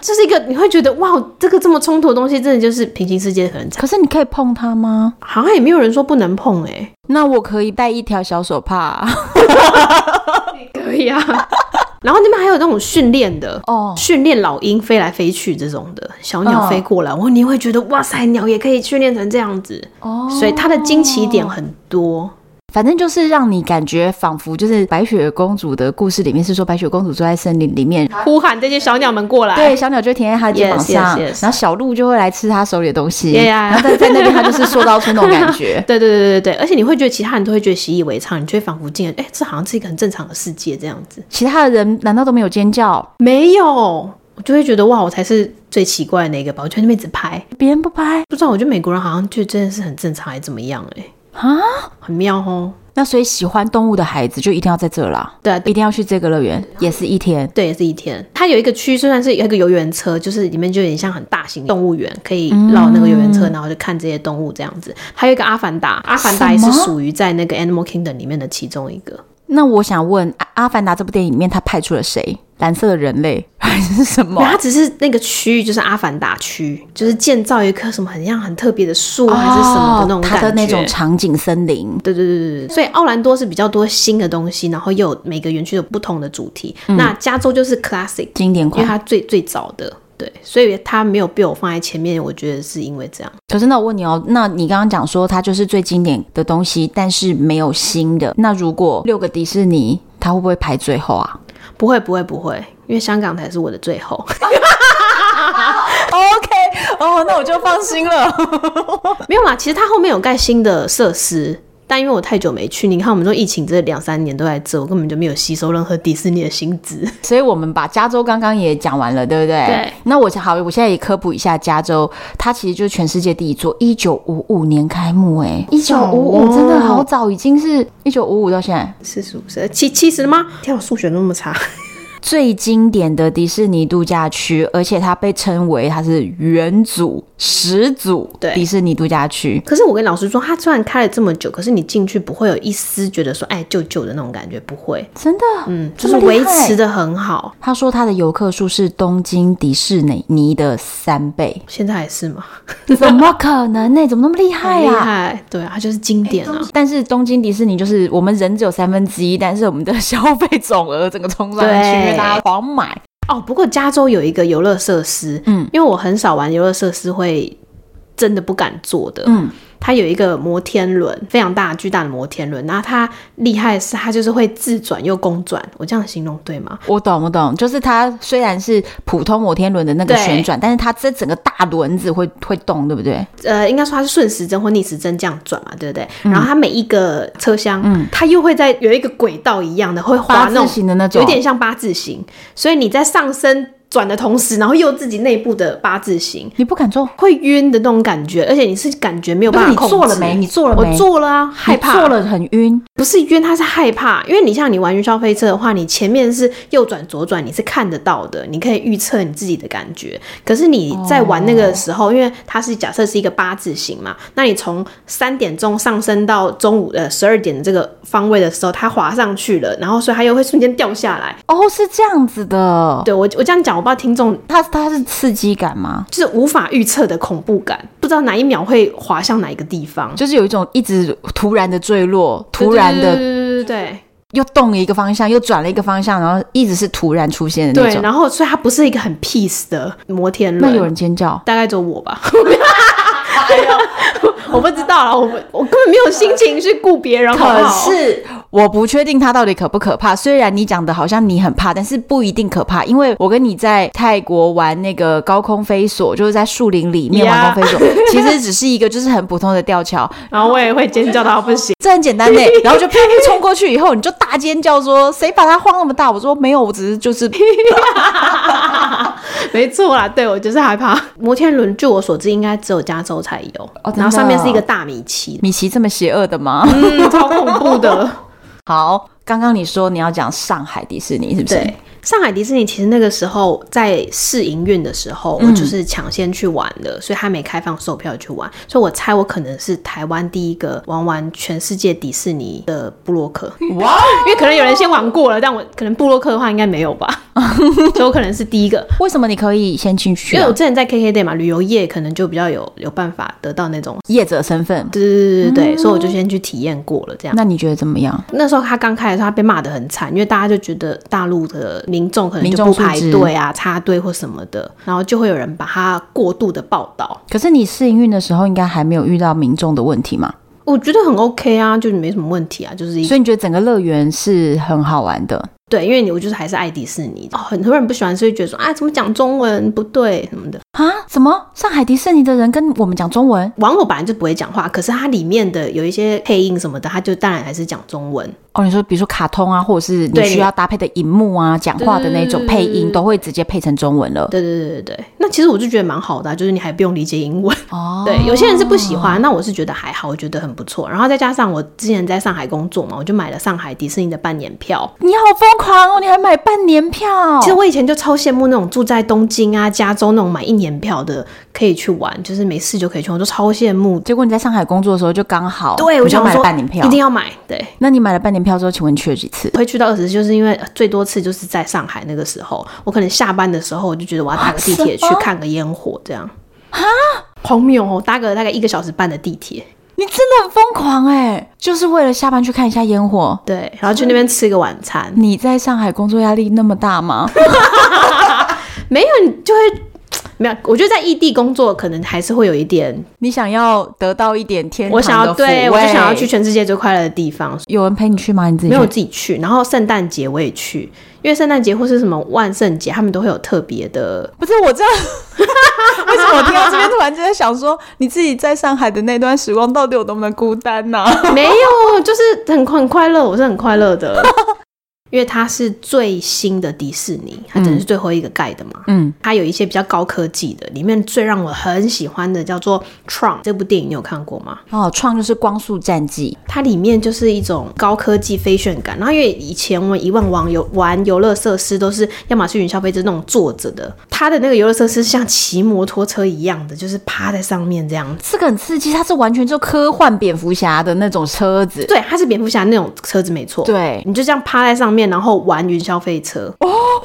[SPEAKER 2] 这是一个你会觉得哇，这个这么冲突的东西，真的就是平行世界可能才
[SPEAKER 1] 可是你可以碰它吗？
[SPEAKER 2] 好像也没有人说不能碰哎、欸
[SPEAKER 1] 那我可以带一条小手帕
[SPEAKER 2] 可以啊。 然后那边还有那种训练的
[SPEAKER 1] 哦。
[SPEAKER 2] 训练老鹰飞来飞去这种的，小鸟
[SPEAKER 1] 嗯
[SPEAKER 2] 飞过来，我你会觉得哇塞，鸟也可以训练成这样子，
[SPEAKER 1] 哦
[SPEAKER 2] 所以它的惊奇点很多。
[SPEAKER 1] 反正就是让你感觉仿佛就是白雪公主的故事里面是说白雪公主坐在森林里面，
[SPEAKER 2] 呼喊这些小鸟们过来，
[SPEAKER 1] 对，小鸟就会停在她的肩膀
[SPEAKER 2] Yes,
[SPEAKER 1] 上
[SPEAKER 2] yes, yes.
[SPEAKER 1] 然后小鹿就会来吃她手里的东西
[SPEAKER 2] Yeah, yeah.。
[SPEAKER 1] 然后在在那边她就是塑造出那种感觉
[SPEAKER 2] 对对对对对，而且你会觉得其他人都会觉得习以为常，你就会仿佛进了，哎，这好像是一个很正常的世界这样子。
[SPEAKER 1] 其他的人难道都没有尖叫？
[SPEAKER 2] 没有，我就会觉得哇，我才是最奇怪的那个吧，我就在那边一直拍，
[SPEAKER 1] 别人不拍
[SPEAKER 2] 不知道，我觉得美国人好像就真的是很正常，还是怎么样、哎，
[SPEAKER 1] 啊？
[SPEAKER 2] 很妙哦。
[SPEAKER 1] 那所以喜欢动物的孩子就一定要在这啦，
[SPEAKER 2] 对啊，
[SPEAKER 1] 一定要去这个乐园，也是一天。
[SPEAKER 2] 对，也是一天。它有一个区，虽然是有一个游园车，就是里面就有点像很大型动物园，可以
[SPEAKER 1] 嗯
[SPEAKER 2] 绕那个游园车，然后就看这些动物这样子。还有一个阿凡达，阿凡达也
[SPEAKER 1] 什
[SPEAKER 2] 是
[SPEAKER 1] 么
[SPEAKER 2] 属于在那个 Animal Kingdom 里面的其中一个。
[SPEAKER 1] 那我想问，《阿阿凡达》这部电影里面他派出了谁？蓝色的人类还是什
[SPEAKER 2] 没有
[SPEAKER 1] 么？
[SPEAKER 2] 它只是那个区域就是阿凡达区，就是建造一棵什么很像很特别的树、啊
[SPEAKER 1] 哦
[SPEAKER 2] 还是什么的那种
[SPEAKER 1] 他
[SPEAKER 2] 感
[SPEAKER 1] 的那
[SPEAKER 2] 觉
[SPEAKER 1] 种。场景森林，
[SPEAKER 2] 对对对对对，所以奥兰多是比较多新的东西，然后又有每个园区有不同的主题。
[SPEAKER 1] 嗯
[SPEAKER 2] 那加州就是 classic，
[SPEAKER 1] 经典
[SPEAKER 2] 因为
[SPEAKER 1] 款。
[SPEAKER 2] 它最最早的，对，所以它没有被我放在前面，我觉得是因为这样。
[SPEAKER 1] 可是那我问你哦，那你刚刚讲说它就是最经典的东西，但是没有新的。那如果六个迪士尼，它会不会排最后啊
[SPEAKER 2] 不会，不会，不会，因为香港才是我的最后。
[SPEAKER 1] ？OK，哦，那我就放心了。
[SPEAKER 2] 没有啦，其实它后面有盖新的设施，但因为我太久没去，你看我们说疫情这两三年都在这，我根本就没有吸收任何迪士尼的薪资。
[SPEAKER 1] 所以我们把加州刚刚也讲完了，对不对？
[SPEAKER 2] 对。
[SPEAKER 1] 那我好，我现在也科普一下加州，它其实就是全世界第一座，一九五五年开幕、哎，一九
[SPEAKER 2] 早
[SPEAKER 1] 五五
[SPEAKER 2] 哦
[SPEAKER 1] 真的好早，已经是一九五五到现在。
[SPEAKER 2] 四十五、十七、七十了吗？天啊，我数学那么差。
[SPEAKER 1] 最经典的迪士尼度假区，而且它被称为它是元祖、始祖
[SPEAKER 2] 对
[SPEAKER 1] 迪士尼度假区。
[SPEAKER 2] 可是我跟老师说，它虽然开了这么久，可是你进去不会有一丝觉得说，哎，旧旧的那种感觉，不会，
[SPEAKER 1] 真的，
[SPEAKER 2] 嗯，
[SPEAKER 1] 这
[SPEAKER 2] 就
[SPEAKER 1] 么
[SPEAKER 2] 是
[SPEAKER 1] 厉
[SPEAKER 2] 维
[SPEAKER 1] 害
[SPEAKER 2] 持的很好。，
[SPEAKER 1] 他说他的游客数是东京迪士尼的三倍
[SPEAKER 2] 现在还是吗？
[SPEAKER 1] 怎么可能呢、怎么那么厉害
[SPEAKER 2] 很厉
[SPEAKER 1] 呀、
[SPEAKER 2] 害，对啊，它就是经典啊。
[SPEAKER 1] 但是东京迪士尼就是我们人只有三分之一，但是我们的消费总额整个冲上去，
[SPEAKER 2] 对
[SPEAKER 1] 因为大家狂买。
[SPEAKER 2] 哦，不过加州有一个游乐设施，
[SPEAKER 1] 嗯
[SPEAKER 2] 嗯，因为我很少玩游乐设施，会真的不敢做的。
[SPEAKER 1] 嗯，
[SPEAKER 2] 它有一个摩天轮，非常大巨大的摩天轮，然后它厉害的是它就是会自转又公转，我这样形容对吗？
[SPEAKER 1] 我懂，我懂，就是它虽然是普通摩天轮的那个
[SPEAKER 2] 对
[SPEAKER 1] 旋转，但是它这整个大轮子会会动，对不对？
[SPEAKER 2] 呃，应该说它是顺时针或逆时针这样转嘛，对不对？
[SPEAKER 1] 嗯
[SPEAKER 2] 然后它每一个车厢，它又会在有一个轨道一样的会
[SPEAKER 1] 八
[SPEAKER 2] 滑那
[SPEAKER 1] 字
[SPEAKER 2] 种
[SPEAKER 1] 形的那种，
[SPEAKER 2] 有点像八字形，所以你在上升转的同时，然后又自己内部的八字形。
[SPEAKER 1] 你不敢做，
[SPEAKER 2] 会晕的那种感觉，而且你是感觉没有
[SPEAKER 1] 不是
[SPEAKER 2] 办法
[SPEAKER 1] 你
[SPEAKER 2] 控制。
[SPEAKER 1] 做了没？你做了没？
[SPEAKER 2] 我做了啊，害怕
[SPEAKER 1] 你做了很晕，
[SPEAKER 2] 不是晕，他是害怕，因为你像你玩云霄飞车的话，你前面是右转左转，你是看得到的，你可以预测你自己的感觉。可是你在玩那个时候，因为它是假设是一个八字形
[SPEAKER 1] 哦
[SPEAKER 2] 嘛，那你从三点钟上升到中午呃十二点的这个方位的时候，它滑上去了，然后所以它又会瞬间掉下来。
[SPEAKER 1] 哦，是这样子的。
[SPEAKER 2] 对我我这样讲，我不知道听众
[SPEAKER 1] 它它是刺激感吗？
[SPEAKER 2] 就是无法预测的恐怖感，不知道哪一秒会滑向哪一个地方。
[SPEAKER 1] 就是有一种一直突然的坠落，突然
[SPEAKER 2] 对
[SPEAKER 1] 的
[SPEAKER 2] 对对对对
[SPEAKER 1] 又动了一个方向，又转了一个方向，然后一直是突然出现的
[SPEAKER 2] 对
[SPEAKER 1] 那
[SPEAKER 2] 对，
[SPEAKER 1] 种。
[SPEAKER 2] 然后所以它不是一个很 peace 的摩天
[SPEAKER 1] 那
[SPEAKER 2] 轮。
[SPEAKER 1] 有人尖叫，
[SPEAKER 2] 大概只有我吧。我不知道啦，我不我根本没有心情去顾别人，好不
[SPEAKER 1] 可
[SPEAKER 2] 好？
[SPEAKER 1] 是我不确定它到底可不可怕。虽然你讲的好像你很怕，但是不一定可怕，因为我跟你在泰国玩那个高空飞索，就是在树林里面
[SPEAKER 2] Yeah
[SPEAKER 1] 玩高空飞索其实只是一个就是很普通的吊桥，
[SPEAKER 2] 然后我也会尖叫到不行。
[SPEAKER 1] 这很简单呢、 然后就啪冲过去以后，你就大尖叫说：“谁把它晃那么大？”我说：“没有，我只是 就是
[SPEAKER 2] 没错啦，对我就是害怕摩天轮。据我所知，应该只有加州才有，
[SPEAKER 1] 哦真的
[SPEAKER 2] 然后上面是一个大米奇，
[SPEAKER 1] 米奇这么邪恶的吗？”
[SPEAKER 2] 嗯，超恐怖的。
[SPEAKER 1] 好，刚刚你说你要讲上海迪士尼，是不是？
[SPEAKER 2] 对，上海迪士尼其实那个时候在试营运的时候，
[SPEAKER 1] 嗯
[SPEAKER 2] 我就是抢先去玩的，所以还没开放售票去玩，所以我猜我可能是台湾第一个玩完全世界迪士尼的布洛克。
[SPEAKER 1] 哇，哦
[SPEAKER 2] 因为可能有人先玩过了，但我可能布洛克的话应该没 有吧，所以我可能是第一个。
[SPEAKER 1] 为什么你可以先进去
[SPEAKER 2] 因为
[SPEAKER 1] 啊、
[SPEAKER 2] 我之前在 KK day 嘛，旅游业可能就比较有有办法得到那种，
[SPEAKER 1] 业者身份？
[SPEAKER 2] 对对对对
[SPEAKER 1] 嗯
[SPEAKER 2] 对，所以我就先去体验过了这样。
[SPEAKER 1] 那你觉得怎么样？
[SPEAKER 2] 那时候他刚开的时候，他被骂得很惨，因为大家就觉得大陆的民众可能
[SPEAKER 1] 民
[SPEAKER 2] 就
[SPEAKER 1] 众
[SPEAKER 2] 不
[SPEAKER 1] 素
[SPEAKER 2] 排
[SPEAKER 1] 质
[SPEAKER 2] 队啊、插队或什么的，然后就会有人把它过度的报道。
[SPEAKER 1] 可是你试营运的时候，应该还没有遇到民众的问题嘛？
[SPEAKER 2] 我觉得很 OK 啊，就是没什么问题啊，就是一
[SPEAKER 1] 所以你觉得整个乐园是很好玩的？
[SPEAKER 2] 对，因为你我就是还是爱迪士尼哦，很多人不喜欢，所以觉得说啊，怎么讲中文不对什么的。
[SPEAKER 1] 啊？怎么上海迪士尼的人跟我们讲中文？
[SPEAKER 2] 玩偶本来就不会讲话，可是它里面的有一些配音什么的，它就当然还是讲中文。
[SPEAKER 1] 哦，你说比如说卡通啊，或者是你
[SPEAKER 2] 对
[SPEAKER 1] 需要搭配的荧幕啊、讲话的那种配音，都会直接配成中文了。
[SPEAKER 2] 对对对对对，那其实我就觉得蛮好的啊、就是你还不用理解英文。
[SPEAKER 1] 哦，
[SPEAKER 2] 对，有些人是不喜欢，那我是觉得还好，我觉得很不错。然后再加上我之前在上海工作嘛，我就买了上海迪士尼的半年票。
[SPEAKER 1] 你好疯狂哦！你还买半年票？
[SPEAKER 2] 其实我以前就超羡慕那种住在东京啊、加州那种买一年票的，可以去玩，就是没事就可以去玩，我就超羡慕。
[SPEAKER 1] 结果你在上海工作的时候就刚好，
[SPEAKER 2] 对，
[SPEAKER 1] 你
[SPEAKER 2] 我
[SPEAKER 1] 就
[SPEAKER 2] 想
[SPEAKER 1] 买了
[SPEAKER 2] 说
[SPEAKER 1] 半年票
[SPEAKER 2] 一定。要买。对，
[SPEAKER 1] 那你买了半年票之后，请问你去了几次？
[SPEAKER 2] 会去到二十，就是因为最多次就是在上海那个时候，我可能下班的时候我就觉得我要搭个地铁
[SPEAKER 1] 什
[SPEAKER 2] 去
[SPEAKER 1] 么
[SPEAKER 2] 看个烟火这样。啊， 荒谬哦！搭个大概一个小时半的地铁，
[SPEAKER 1] 你真的很疯狂哎、就是为了下班去看一下烟火。
[SPEAKER 2] 对，然后去那边吃个晚餐，
[SPEAKER 1] 你在上海工作压力那么大吗？
[SPEAKER 2] 没有你就会没有。我觉得在异地工作可能还是会有一点，
[SPEAKER 1] 你想要得到一点天堂
[SPEAKER 2] 我想要
[SPEAKER 1] 的抚慰
[SPEAKER 2] 对我就想要去。全世界最快乐的地方，
[SPEAKER 1] 有人陪你去吗？你自己
[SPEAKER 2] 没
[SPEAKER 1] 去
[SPEAKER 2] 有我自己去。然后圣诞节我也去，因为圣诞节或是什么万圣节，他们都会有特别的
[SPEAKER 1] 不是我 这样，为什么我听到这边突然之间想说，你自己在上海的那段时光到底有多么的孤单啊呢、
[SPEAKER 2] 没有，就是很很快乐，我是很快乐的， 因为它是最新的迪士尼，它真的是最后一个盖的嘛。
[SPEAKER 1] 嗯，
[SPEAKER 2] 它有一些比较高科技的，里面最让我很喜欢的叫做《Tron》这部电影，你有看过吗？
[SPEAKER 1] 哦，创就是光速战绩，
[SPEAKER 2] 它里面就是一种高科技飞旋感。然后因为以前我们以往玩游玩游乐设施都是要么是云霄飞车那种坐着的，它的那个游乐设施像骑摩托车一样的，就是趴在上面这样子。
[SPEAKER 1] 这个很刺激，它是完全就科幻蝙蝠侠的那种车子。
[SPEAKER 2] 对，它是蝙蝠侠那种车子没错。
[SPEAKER 1] 对，
[SPEAKER 2] 你就这样趴在上面，然后玩云霄飞车，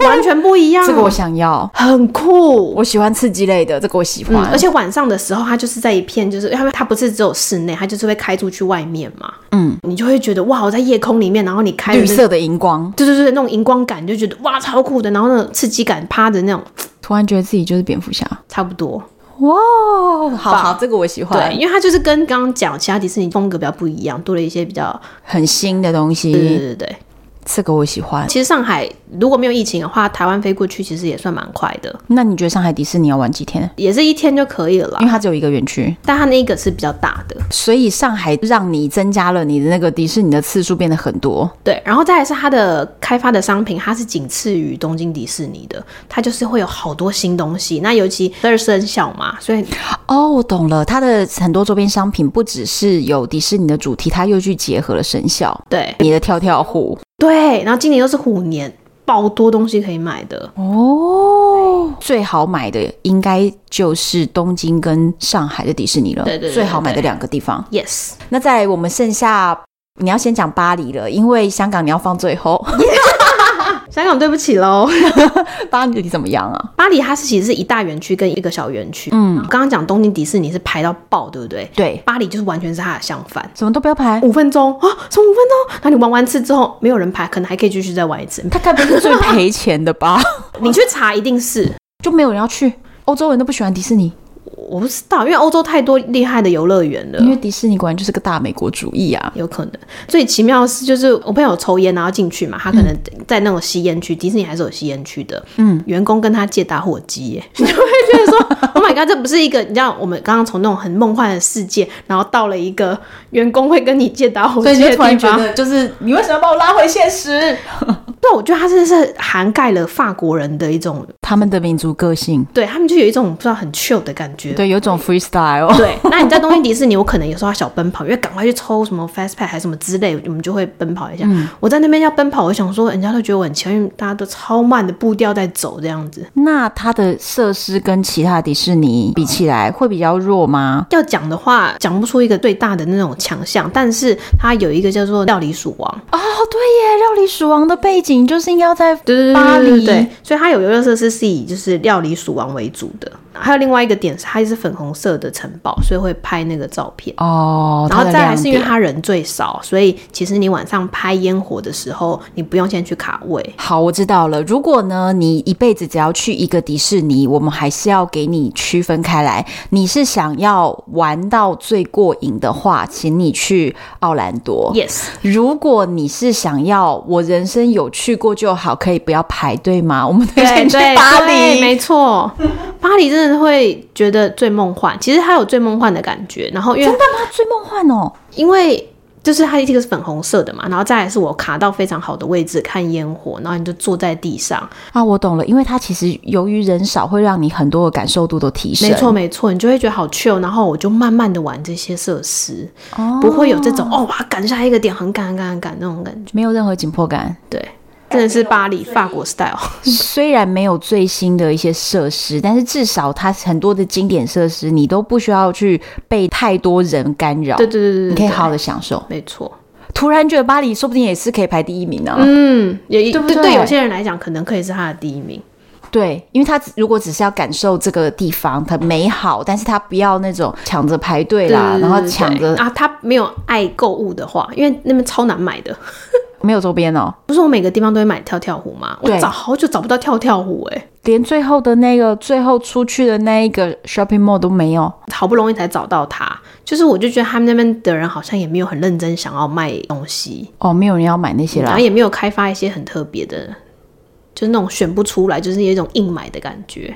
[SPEAKER 2] 完全不一样。
[SPEAKER 1] 这个我想要，
[SPEAKER 2] 很酷。
[SPEAKER 1] 我喜欢刺激类的，这个我喜欢。
[SPEAKER 2] 嗯，而且晚上的时候，它就是在一片，就是因为它不是只有室内，它就是会开出去外面嘛。
[SPEAKER 1] 嗯，
[SPEAKER 2] 你就会觉得哇，我在夜空里面，然后你开的
[SPEAKER 1] 绿
[SPEAKER 2] 那，
[SPEAKER 1] 色的荧光，
[SPEAKER 2] 对对对，那种荧光感，你就觉得哇，超酷的。然后那种刺激感，趴着那种，
[SPEAKER 1] 突然觉得自己就是蝙蝠侠。
[SPEAKER 2] 差不多。
[SPEAKER 1] 哇，好好，这个我喜
[SPEAKER 2] 对，，因为它就是跟刚刚讲其他迪士尼风格比较不一样，多了一些比较，
[SPEAKER 1] 很新的东
[SPEAKER 2] 对对
[SPEAKER 1] 西，
[SPEAKER 2] 对对，
[SPEAKER 1] 这个我喜欢。
[SPEAKER 2] 其实上海如果没有疫情的话，台湾飞过去其实也算蛮快的，
[SPEAKER 1] 那你觉得上海迪士尼要玩几天？
[SPEAKER 2] 也是一天就可以了
[SPEAKER 1] 因
[SPEAKER 2] 啦。
[SPEAKER 1] 为它只有一个园区，
[SPEAKER 2] 但它那个是比较大的，
[SPEAKER 1] 所以上海让你增加了你的那个迪士尼的次数变得很多。
[SPEAKER 2] 对，然后再来是它的开发的商品，它是仅次于东京迪士尼的，它就是会有好多新东西。那尤其十二生肖嘛，所以
[SPEAKER 1] 哦，我懂了，它的很多周边商品不只是有迪士尼的主题，它又去结合了生肖，
[SPEAKER 2] 对
[SPEAKER 1] 你的跳跳虎
[SPEAKER 2] 对，然后今年又是虎年，爆多东西可以买的。
[SPEAKER 1] 哦，最好买的应该就是东京跟上海的迪士尼了，
[SPEAKER 2] 对对对对
[SPEAKER 1] 最好买的两个地方。
[SPEAKER 2] Yes，
[SPEAKER 1] 那再来，我们剩下你要先讲巴黎了，因为香港你要放最后。
[SPEAKER 2] 香港对不起喽。
[SPEAKER 1] 巴黎怎么样啊？
[SPEAKER 2] 巴黎它是其实是一大园区跟一个小园区。嗯，刚刚讲东京迪士尼是排到爆，对不对？
[SPEAKER 1] 对，
[SPEAKER 2] 巴黎就是完全是它的相反。
[SPEAKER 1] 什么都不要排，
[SPEAKER 2] 五分钟啊，从五分钟，然后你玩完次之后没有人排，可能还可以继续再玩一次。
[SPEAKER 1] 他该不是最赔钱的吧？
[SPEAKER 2] 你去查一定是，
[SPEAKER 1] 就没有人要去，欧洲人都不喜欢迪士尼，
[SPEAKER 2] 我不知道，因为欧洲太多厉害的游乐园了
[SPEAKER 1] 因。为迪士尼果然就是个大美国主义啊。
[SPEAKER 2] 有可能最奇妙的是，就是我朋友抽烟，然后进去嘛，他可能在那种吸烟区，迪士尼还是有吸烟区的。嗯，员工跟他借打火机耶， 你就会觉得说，Oh my god，这不是一个你知道，我们刚刚从那种很梦幻的世界，然后到了一个员工会跟你借打火
[SPEAKER 1] 所以
[SPEAKER 2] 机
[SPEAKER 1] 你
[SPEAKER 2] 的
[SPEAKER 1] 就突然
[SPEAKER 2] 地
[SPEAKER 1] 觉
[SPEAKER 2] 方。
[SPEAKER 1] 得，就是你为什么要把我拉回现实？
[SPEAKER 2] 对，我觉得他真的是涵盖了法国人的一种，
[SPEAKER 1] 他们的民族个性，
[SPEAKER 2] 对他们就有一种不知道很 chill 的感觉。
[SPEAKER 1] 对，有种 freestyle。
[SPEAKER 2] 对， 那你在东京迪士尼，我可能有时候要小奔跑，因为赶快去抽什么 fast pass 还是什么之类，我们就会奔跑一下。我在那边要奔跑，我想说人家都觉得我很奇怪，因为大家都超慢的步调在走这样子。
[SPEAKER 1] 那它的设施跟其他迪士尼比起来，会比较弱吗？
[SPEAKER 2] 要讲的话，讲不出一个最大的那种强项，但是它有一个叫做料理鼠王，
[SPEAKER 1] 哦，对耶，料理鼠王的背景就是应该要在
[SPEAKER 2] 对对对
[SPEAKER 1] 巴
[SPEAKER 2] 对
[SPEAKER 1] 黎
[SPEAKER 2] 对对，所以它有游乐设施是以就是料理鼠王为主的，还有另外一个点是它是粉红色的城堡，所以会拍那个照片。
[SPEAKER 1] 哦，
[SPEAKER 2] 然后再来是因为
[SPEAKER 1] 它的亮点
[SPEAKER 2] 他人最少，所以其实你晚上拍烟火的时候，你不用先去卡位。
[SPEAKER 1] 好，我知道了。如果呢，你一辈子只要去一个迪士尼，我们还是要给你区分开来。你是想要玩到最过瘾的话，请你去奥兰多。
[SPEAKER 2] Yes，
[SPEAKER 1] 如果你是想要我人生有去过就好，可以不要排队吗？我们推荐去巴
[SPEAKER 2] 对
[SPEAKER 1] 黎。
[SPEAKER 2] 没错，巴黎真的会觉得最梦幻。其实它有最梦幻的感觉，然后因为
[SPEAKER 1] 哇，最梦幻哦！
[SPEAKER 2] 因为。就是它这个是粉红色的嘛，然后再来是我卡到非常好的位置看烟火，然后你就坐在地上，
[SPEAKER 1] 啊，我懂了，因为它其实由于人少，会让你很多的感受度都提升。
[SPEAKER 2] 没错，没错，你就会觉得好 chill，然后我就慢慢的玩这些设施，不会有这种哦哇赶下一个点很赶很赶很赶那种感觉。
[SPEAKER 1] 没有任何紧迫感。
[SPEAKER 2] 对，真的是巴黎法国 style。
[SPEAKER 1] 虽然没有最新的一些设施，但是至少它很多的经典设施，你都不需要去被太多人干扰，
[SPEAKER 2] 对对对对对，
[SPEAKER 1] 你可以
[SPEAKER 2] 对
[SPEAKER 1] 好好的享受。
[SPEAKER 2] 没错，
[SPEAKER 1] 突然觉得巴黎说不定也是可以排第一名呢、
[SPEAKER 2] 嗯，也
[SPEAKER 1] 对
[SPEAKER 2] 对
[SPEAKER 1] 不
[SPEAKER 2] 对
[SPEAKER 1] 对
[SPEAKER 2] 有些人来讲，可能可以是他的第一名。
[SPEAKER 1] 对，因为他只如果只是要感受这个地方它美好，但是他不要那种抢着排队啦，
[SPEAKER 2] 对
[SPEAKER 1] 然后
[SPEAKER 2] 对对
[SPEAKER 1] 抢着
[SPEAKER 2] 啊，他没有爱购物的话，因为那边超难买的。
[SPEAKER 1] 没有周边哦，
[SPEAKER 2] 不是我每个地方都会买跳跳虎吗？我
[SPEAKER 1] 对
[SPEAKER 2] 找好久找不到跳跳虎、欸，
[SPEAKER 1] 连最后的那个最后出去的那一个 shopping mall 都没有。
[SPEAKER 2] 好不容易才找到它。就是我就觉得他们那边的人好像也没有很认真想要卖东西，
[SPEAKER 1] 哦，没有人要买那些
[SPEAKER 2] 然
[SPEAKER 1] 啦
[SPEAKER 2] 后。也没有开发一些很特别的，就是那种选不出来，就是有一种硬买的感觉。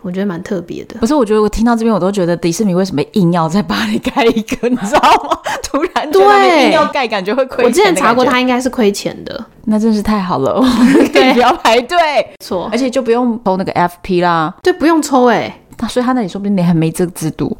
[SPEAKER 2] 我觉得蛮特别的。
[SPEAKER 1] 不是，我觉得我听到这边，我都觉得迪士尼为什么硬要在巴黎盖一个，你知道 吗？突然觉得
[SPEAKER 2] 对
[SPEAKER 1] 你硬要盖，感觉会亏钱。
[SPEAKER 2] 我之前查过，，它应该是亏钱的，
[SPEAKER 1] 那真是太好了，我 们可以不要排队，
[SPEAKER 2] 没错，哎
[SPEAKER 1] 而且就不用投那个 FP 啦。
[SPEAKER 2] 对，不用抽哎、
[SPEAKER 1] 那所以他那里说不定你还没这个制 度，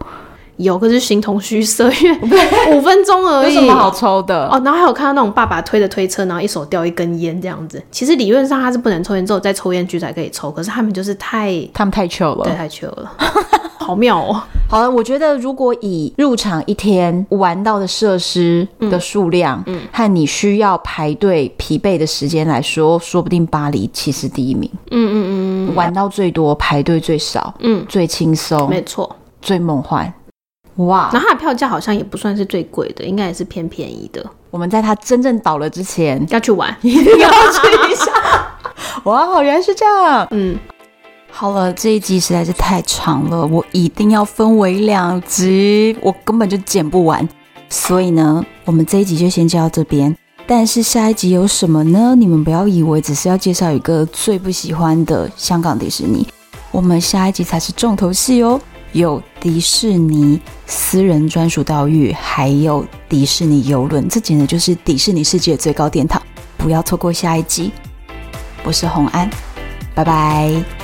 [SPEAKER 2] 有，可是形同虚设，因为五分钟而
[SPEAKER 1] 有
[SPEAKER 2] 已。
[SPEAKER 1] 什么好抽的？
[SPEAKER 2] 哦，然后还有看到那种爸爸推着推车，然后一手叼一根烟这样子。其实理论上他是不能抽烟，之后在抽烟区才可以抽，可是他们就是太
[SPEAKER 1] 他们太糗
[SPEAKER 2] 对
[SPEAKER 1] 了。
[SPEAKER 2] 太糗了， 好妙哦。
[SPEAKER 1] 好了，我觉得如果以入场一天玩到的设施的数量，和你需要排队疲惫的时间来说，说不定巴黎其实第一名。嗯哦嗯嗯，玩到最多，排队最少，
[SPEAKER 2] 嗯，
[SPEAKER 1] 最轻松，
[SPEAKER 2] 没错。
[SPEAKER 1] 最梦幻。哇！
[SPEAKER 2] 然后它的票价好像也不算是最贵的，应该也是偏便宜的。
[SPEAKER 1] 我们在它真正倒了之 前，
[SPEAKER 2] 要 去玩，
[SPEAKER 1] 一定要去一下。哇，原来是这样。
[SPEAKER 2] 嗯，
[SPEAKER 1] 好了，这一集实在是太长了，我一定要分为两集，我根本就剪不完。所以呢，我们这一集就先接到这边。但是下一集有什么呢？你们不要以为只是要介绍一个最不喜欢的香港迪士尼，我们下一集才是重头戏哦。有迪士尼私人专属岛屿，还有迪士尼游轮，这简直就是迪士尼世界最高殿堂！不要错过下一集。我是红安，拜拜。